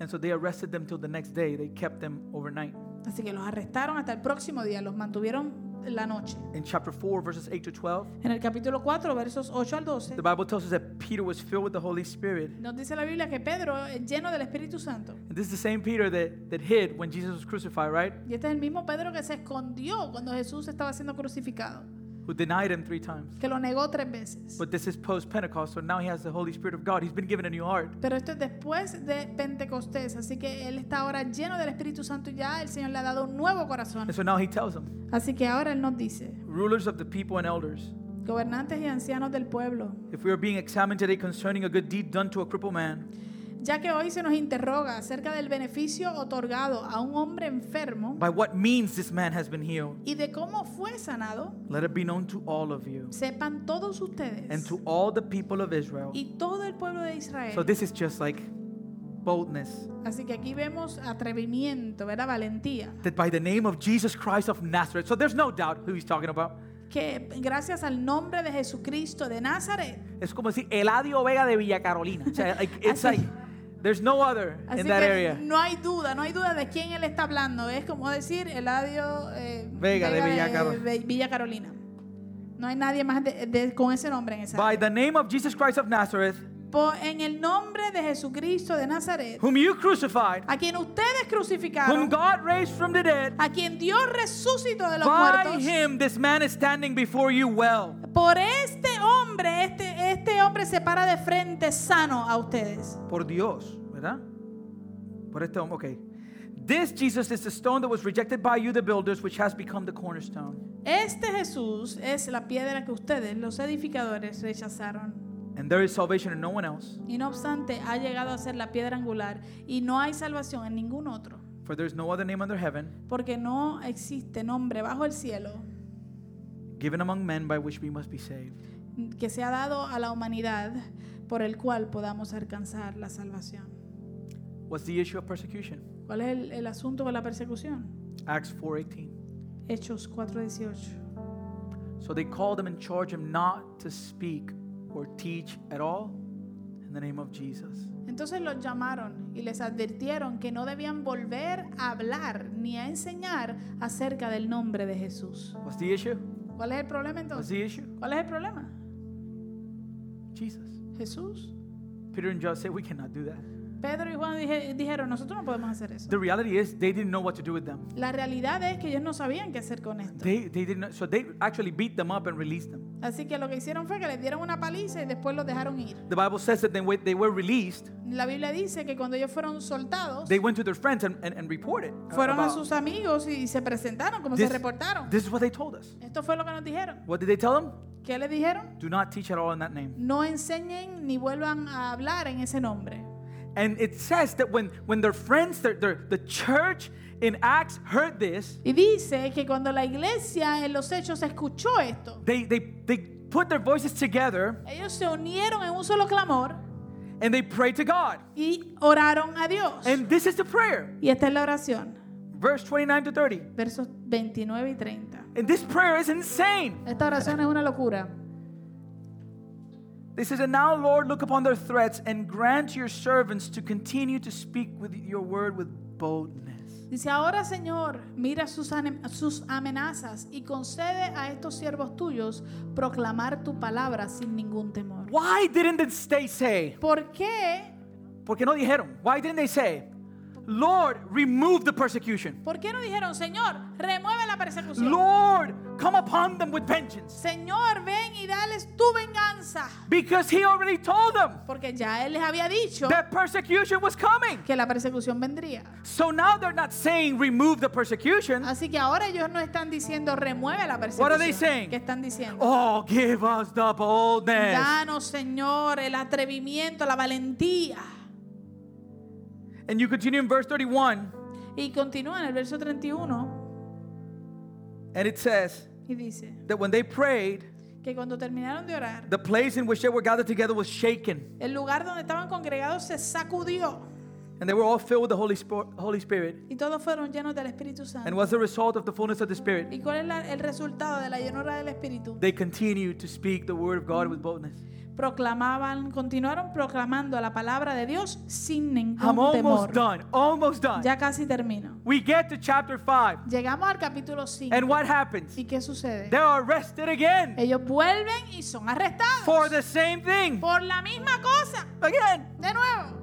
Speaker 1: And so they arrested them till the next day. They kept them overnight.
Speaker 2: Así que los arrestaron hasta el próximo día, los mantuvieron la noche.
Speaker 1: In chapter 4, verses 8 to 12,
Speaker 2: En el capítulo 4, versos 8 al 12,
Speaker 1: the Bible tells us that Peter was filled with the Holy Spirit.
Speaker 2: nos dice la Biblia que Pedro, eh, lleno del Espíritu Santo,
Speaker 1: And this is the same Peter that, that hid when Jesus was crucified, right?
Speaker 2: y este es el mismo Pedro que se escondió cuando Jesús estaba siendo crucificado,
Speaker 1: Who denied him three times.
Speaker 2: que lo negó tres veces.
Speaker 1: But this is post Pentecost, so now he has the Holy Spirit of God. He's been given a new heart.
Speaker 2: Pero esto es después de Pentecostés, así que él está ahora lleno del Espíritu Santo y ya el Señor le ha dado un nuevo corazón.
Speaker 1: And so now he tells them,
Speaker 2: Así que ahora él nos dice,
Speaker 1: rulers of the people and elders,
Speaker 2: gobernantes y ancianos del pueblo,
Speaker 1: if we are being examined today concerning a good deed done to a crippled man
Speaker 2: ya que hoy se nos interroga acerca del beneficio otorgado a un hombre enfermo
Speaker 1: by what means this man has been healed,
Speaker 2: y de cómo fue sanado,
Speaker 1: let it be known to all of you
Speaker 2: sepan todos
Speaker 1: and
Speaker 2: ustedes
Speaker 1: to all the people of Israel.
Speaker 2: y todo el pueblo de Israel.
Speaker 1: So this is just like boldness
Speaker 2: Así que aquí vemos atrevimiento, ¿verdad? Valentía.
Speaker 1: that by the name of Jesus Christ of Nazareth. So there's no doubt who he's talking about.
Speaker 2: Que gracias al nombre de Jesucristo de Nazaret,
Speaker 1: Es como decir Eladio Vega de Villa Carolina. O sea, like, it's
Speaker 2: Así-
Speaker 1: like there's no other
Speaker 2: así
Speaker 1: in
Speaker 2: que
Speaker 1: that area.
Speaker 2: no hay duda, no hay duda de quién él está hablando. Es como decir Eladio eh,
Speaker 1: Vega de Villa Caro-
Speaker 2: de Villa Carolina. No hay nadie más de- de- con ese nombre en esa
Speaker 1: By
Speaker 2: área.
Speaker 1: the name of Jesus Christ of Nazareth,
Speaker 2: Po- en el nombre de Jesucristo de Nazaret,
Speaker 1: whom you crucified,
Speaker 2: a quien ustedes
Speaker 1: whom
Speaker 2: crucificaron,
Speaker 1: God raised from the dead,
Speaker 2: a quien Dios resucitó de los
Speaker 1: by
Speaker 2: muertos,
Speaker 1: him this man is standing before you well.
Speaker 2: por este hombre, este, este hombre se para de frente sano a ustedes.
Speaker 1: Por Dios, ¿verdad? Por este hombre, okay. This Jesus is the stone that was rejected by you, the builders, which has become the cornerstone.
Speaker 2: Este Jesús es la piedra que ustedes, los edificadores, rechazaron.
Speaker 1: And there is salvation in no one else,
Speaker 2: Y no obstante, ha llegado a ser la piedra angular y no hay salvación en ningún otro,
Speaker 1: for there is no other name under heaven
Speaker 2: porque no existe nombre bajo el cielo
Speaker 1: given among men by which we must be saved.
Speaker 2: que se ha dado a la humanidad por el cual podamos alcanzar la salvación.
Speaker 1: What's the issue of persecution?
Speaker 2: ¿Cuál es el, el asunto con la persecución?
Speaker 1: Acts 4:18.
Speaker 2: Hechos 4:18.
Speaker 1: So they called him and charged him not to speak or teach at all in the name of Jesus.
Speaker 2: Entonces los llamaron y les advirtieron que no debían volver a hablar ni a enseñar acerca del nombre de Jesús.
Speaker 1: What's the issue?
Speaker 2: ¿Cuál es el problema
Speaker 1: What's
Speaker 2: entonces?
Speaker 1: the issue?
Speaker 2: ¿Cuál es el problema?
Speaker 1: Jesus.
Speaker 2: Jesús.
Speaker 1: Peter and John said, We cannot do that.
Speaker 2: Pedro y Juan dije- dijeron, nosotros no podemos hacer eso.
Speaker 1: The reality is, they didn't know what to do with them.
Speaker 2: La realidad es que ellos no sabían qué hacer con esto.
Speaker 1: They, they didn't know, so they actually beat them up and released them.
Speaker 2: Así que lo que hicieron fue que les dieron una paliza y después los dejaron ir.
Speaker 1: The Bible says that they, went- they were released.
Speaker 2: La Biblia dice que cuando ellos fueron soldados,
Speaker 1: They went to their friends and, and, and reported.
Speaker 2: fueron a
Speaker 1: about-
Speaker 2: sus amigos y se presentaron como se
Speaker 1: This-
Speaker 2: reportaron.
Speaker 1: This is what they told us.
Speaker 2: Esto fue lo que nos dijeron.
Speaker 1: What did they tell them?
Speaker 2: ¿Qué les dijeron?
Speaker 1: Do not teach at all in that name.
Speaker 2: No enseñen ni vuelvan a hablar en ese nombre.
Speaker 1: And it says that when, when their friends, their, their, the church in Acts heard this,
Speaker 2: Y dice que cuando la iglesia en los hechos escuchó esto,
Speaker 1: they they they put their voices together
Speaker 2: ellos se unieron en un solo clamor
Speaker 1: and they pray to God.
Speaker 2: y oraron a Dios.
Speaker 1: And this is the prayer.
Speaker 2: Y esta es la oración,
Speaker 1: Verse 29 to 30.
Speaker 2: versos 29 y 30.
Speaker 1: And this prayer is insane.
Speaker 2: Esta oración es una locura.
Speaker 1: They says, And now, Lord, look upon their threats and grant your servants to continue to speak with your word with boldness.
Speaker 2: Dice, ahora Señor, mira sus, ane- sus amenazas y concede a estos siervos tuyos proclamar tu palabra sin ningún temor.
Speaker 1: Why didn't they say?
Speaker 2: ¿Por qué?
Speaker 1: Porque no dijeron. Why didn't they say? Lord, remove the persecution.
Speaker 2: ¿Por qué no dijeron, Señor, remueve la persecución?
Speaker 1: Lord, come upon them with vengeance.
Speaker 2: Señor, ven y dales tu venganza.
Speaker 1: Because he already told them
Speaker 2: Porque ya Él les había dicho
Speaker 1: that persecution was coming.
Speaker 2: que la persecución vendría.
Speaker 1: So now they're not saying remove the persecution.
Speaker 2: Así que ahora ellos no están diciendo remueve la
Speaker 1: What are they saying?
Speaker 2: persecución. ¿Qué están diciendo?
Speaker 1: Oh, give us the boldness.
Speaker 2: Danos, Señor, el atrevimiento, la valentía.
Speaker 1: And you continue in verse 31,
Speaker 2: Y continúa en el verso 31
Speaker 1: and it says
Speaker 2: y dice
Speaker 1: that when they prayed,
Speaker 2: que cuando terminaron de orar,
Speaker 1: the place in which they were gathered together was shaken,
Speaker 2: el lugar donde estaban congregados se sacudió
Speaker 1: and they were all filled with the Holy, Spor- Holy Spirit.
Speaker 2: y todos fueron llenos del Espíritu
Speaker 1: And
Speaker 2: Santo.
Speaker 1: what's the result of the fullness of the Spirit?
Speaker 2: ¿Y cuál es la- el resultado de la llenura del Espíritu?
Speaker 1: They continued to speak the word of God with boldness.
Speaker 2: Proclamaban, continuaron proclamando la palabra de Dios sin ningún
Speaker 1: I'm almost
Speaker 2: temor.
Speaker 1: done. Almost done.
Speaker 2: Ya casi termino.
Speaker 1: We get to chapter 5,
Speaker 2: Llegamos al capítulo 5.
Speaker 1: and what happens?
Speaker 2: ¿Y qué sucede?
Speaker 1: They are arrested again
Speaker 2: Ellos vuelven y son arrestados
Speaker 1: for the same thing.
Speaker 2: por la misma cosa.
Speaker 1: Again.
Speaker 2: De nuevo.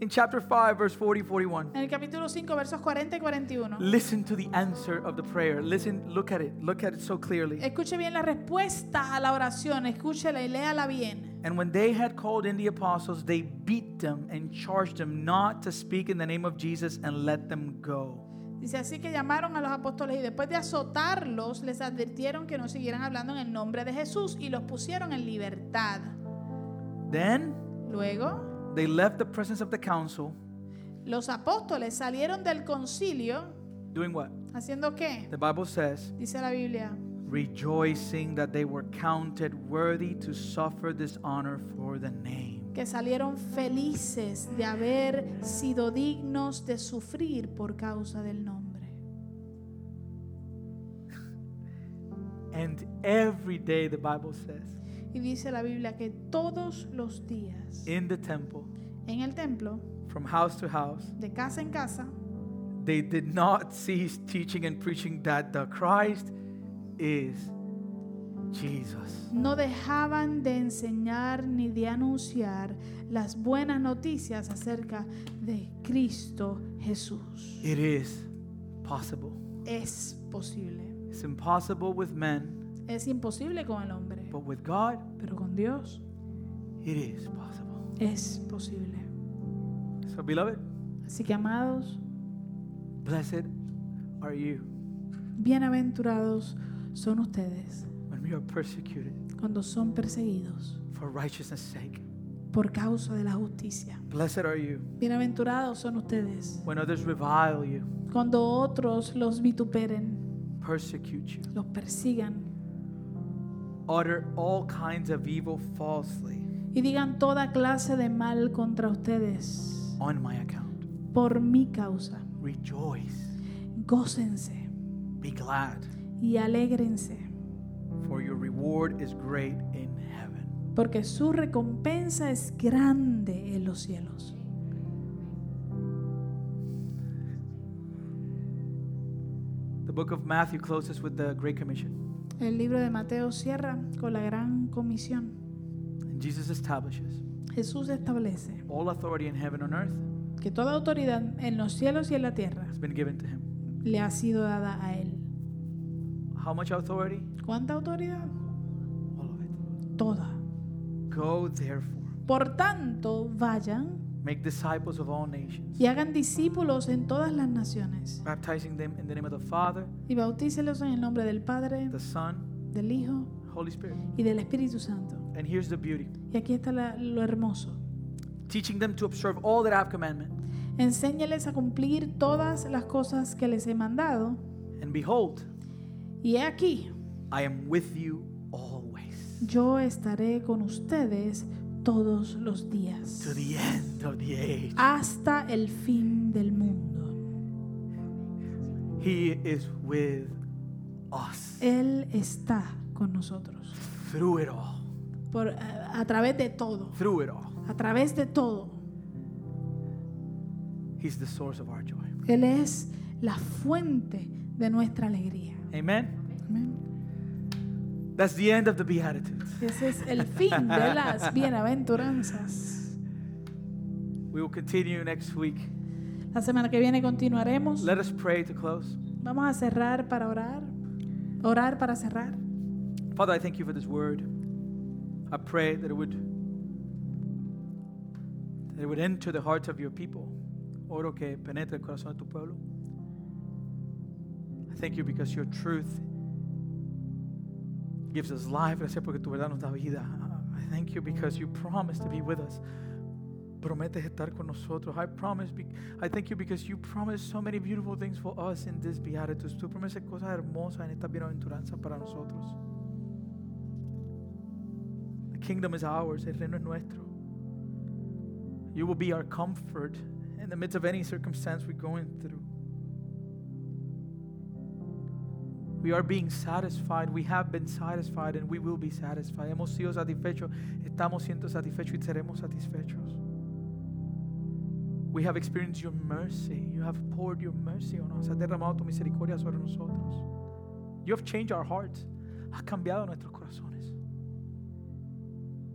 Speaker 1: In chapter 5, verse 40 41.
Speaker 2: En el capítulo 5, versos 40 y 41.
Speaker 1: Listen to the answer of the prayer. Listen, look at it. Look at it so clearly.
Speaker 2: Escuche bien la respuesta a la oración. Escúchela y léala bien.
Speaker 1: And when they had called in the apostles, they beat them and charged them not to speak in the name of Jesus and let them go.
Speaker 2: Dice así que llamaron a los apóstoles y después de azotarlos les advirtieron que no siguieran hablando en el nombre de Jesús y los pusieron en libertad.
Speaker 1: Then
Speaker 2: Luego
Speaker 1: they left the presence of the council,
Speaker 2: los apóstoles salieron del concilio
Speaker 1: doing what?
Speaker 2: haciendo qué?
Speaker 1: The Bible says,
Speaker 2: Dice la Biblia.
Speaker 1: rejoicing that they were counted worthy to suffer dishonor for the name.
Speaker 2: que salieron felices de haber sido dignos de sufrir por causa del nombre.
Speaker 1: And every day, the Bible says,
Speaker 2: Y dice la Biblia que todos los días
Speaker 1: in the temple,
Speaker 2: en el templo,
Speaker 1: from house to house,
Speaker 2: de casa en casa,
Speaker 1: they did not cease teaching and preaching that the Christ is Jesus.
Speaker 2: no dejaban de enseñar ni de anunciar las buenas noticias acerca de Cristo Jesús.
Speaker 1: It is possible.
Speaker 2: Es posible.
Speaker 1: It's impossible with men,
Speaker 2: Es imposible con el hombre,
Speaker 1: but with God,
Speaker 2: pero con Dios
Speaker 1: it is possible.
Speaker 2: es posible.
Speaker 1: So, beloved,
Speaker 2: Así que, amados,
Speaker 1: blessed are you
Speaker 2: Bienaventurados son ustedes
Speaker 1: when we are persecuted
Speaker 2: cuando son perseguidos
Speaker 1: for righteousness' sake.
Speaker 2: por causa de la justicia.
Speaker 1: Blessed are you
Speaker 2: Bienaventurados son ustedes
Speaker 1: when others revile you,
Speaker 2: cuando otros los vituperen,
Speaker 1: persecute you,
Speaker 2: los persigan
Speaker 1: utter all kinds of evil falsely
Speaker 2: y digan toda clase de mal contra ustedes
Speaker 1: on my account.
Speaker 2: por mi causa.
Speaker 1: Rejoice,
Speaker 2: Gócense
Speaker 1: be glad,
Speaker 2: y alégrense,
Speaker 1: for your reward is great in heaven.
Speaker 2: porque su recompensa es grande en los cielos.
Speaker 1: The book of Matthew closes with the Great Commission.
Speaker 2: El libro de Mateo cierra con la gran comisión.
Speaker 1: And Jesus establishes
Speaker 2: Jesús establece
Speaker 1: all authority in heaven and earth
Speaker 2: que toda autoridad en los cielos y en la tierra
Speaker 1: has been given to him.
Speaker 2: le ha sido dada a él.
Speaker 1: How much authority?
Speaker 2: ¿Cuánta autoridad?
Speaker 1: All of it.
Speaker 2: Toda.
Speaker 1: Go therefore,
Speaker 2: Por tanto, vayan
Speaker 1: make disciples of all nations,
Speaker 2: y hagan discípulos en todas las naciones
Speaker 1: baptizing them in the name of the Father,
Speaker 2: y bautícelos en el nombre del Padre,
Speaker 1: the Son,
Speaker 2: del Hijo
Speaker 1: Holy Spirit.
Speaker 2: y del Espíritu Santo.
Speaker 1: And here's the beauty.
Speaker 2: Y aquí está la- lo hermoso.
Speaker 1: teaching them to observe all that I have commandment.
Speaker 2: Enséñales a cumplir todas las cosas que les he mandado.
Speaker 1: And behold,
Speaker 2: Y he aquí,
Speaker 1: I am with you always
Speaker 2: yo estaré con ustedes todos los días.
Speaker 1: to the end of the age.
Speaker 2: Hasta el fin del mundo.
Speaker 1: He is with us
Speaker 2: Él está con nosotros.
Speaker 1: through it all.
Speaker 2: Por, eh, a, a través de todo.
Speaker 1: Through it all.
Speaker 2: A través de todo.
Speaker 1: He's the source of our joy.
Speaker 2: Él es la fuente de nuestra alegría.
Speaker 1: Amen.
Speaker 2: Amén.
Speaker 1: That's the end of the Beatitudes.
Speaker 2: Y Ese es el fin de las bienaventuranzas.
Speaker 1: We will continue next week.
Speaker 2: La semana que viene continuaremos.
Speaker 1: Let us pray to close.
Speaker 2: Vamos a cerrar para orar. Orar para cerrar.
Speaker 1: Father, I thank you for this word. I pray that it would that it would enter the hearts of your people. Oro que penetre el corazón de tu pueblo. I thank you because your truth gives us life. Gracias porque tu verdad nos da vida. I thank you because you promised to be with us. Prometes estar con nosotros. I promise. Be, I thank you because you promised so many beautiful things for us in this Beatitudes. Tú prometes cosas hermosas en esta bienaventuranza para nosotros. The kingdom is ours, el reino es nuestro. You will be our comfort in the midst of any circumstance we're going through. We are being satisfied, we have been satisfied, and we will be satisfied. Hemos sido satisfechos, estamos siendo satisfechos y seremos satisfechos. We have experienced your mercy. You have poured your mercy on us. Has derramado tu misericordia sobre nosotros. You have changed our hearts. Has cambiado nuestros corazones.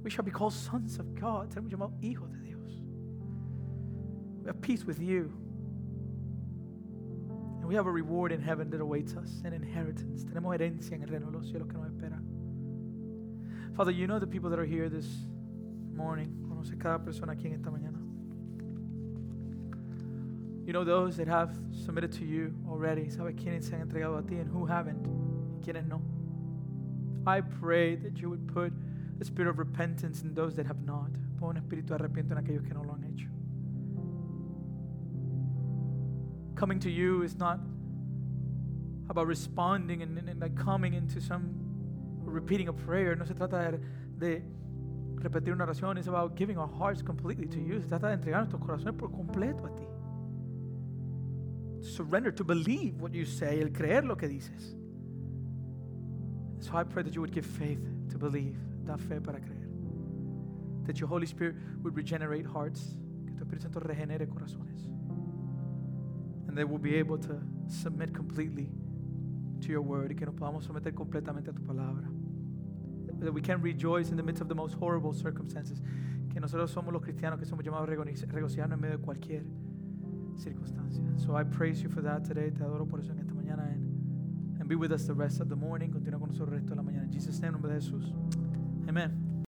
Speaker 1: We shall be called sons of God. Seremos llamados hijos de Dios. We have peace with you. And we have a reward in heaven that awaits us, an inheritance. Tenemos herencia en el reino de los cielos que nos espera. Father, you know the people that are here this morning. Conoce cada persona aquí en esta mañana. You know those that have submitted to you already. Sabes quiénes se han entregado a ti and who haven't, y quiénes no. I pray that you would put a spirit of repentance in those that have not. Pon un espíritu de arrepiento en aquellos que no lo han hecho. Coming to you is not about responding and, and- and like coming into some repeating a prayer. No se trata de, de repetir una oración. It's about giving our hearts completely to you. Se trata de entregar nuestros corazones por completo a ti. To surrender, to believe what you say, el creer lo que dices. So I pray that you would give faith to believe, da fe para creer. That your Holy Spirit would regenerate hearts, que tu Espíritu Santo regenere corazones. And they will be able to submit completely to your word, y que nos podamos someter completamente a tu palabra. That we can rejoice in the midst of the most horrible circumstances. Que nosotros somos los cristianos que somos llamados a regoni- regocijarnos en medio de cualquier circunstancia. So I praise you for that today. Te adoro por eso en esta mañana. And and be with us the rest of the morning. Continúa con nosotros el resto de la mañana. En Jesus' name, en nombre de Jesús. Amen.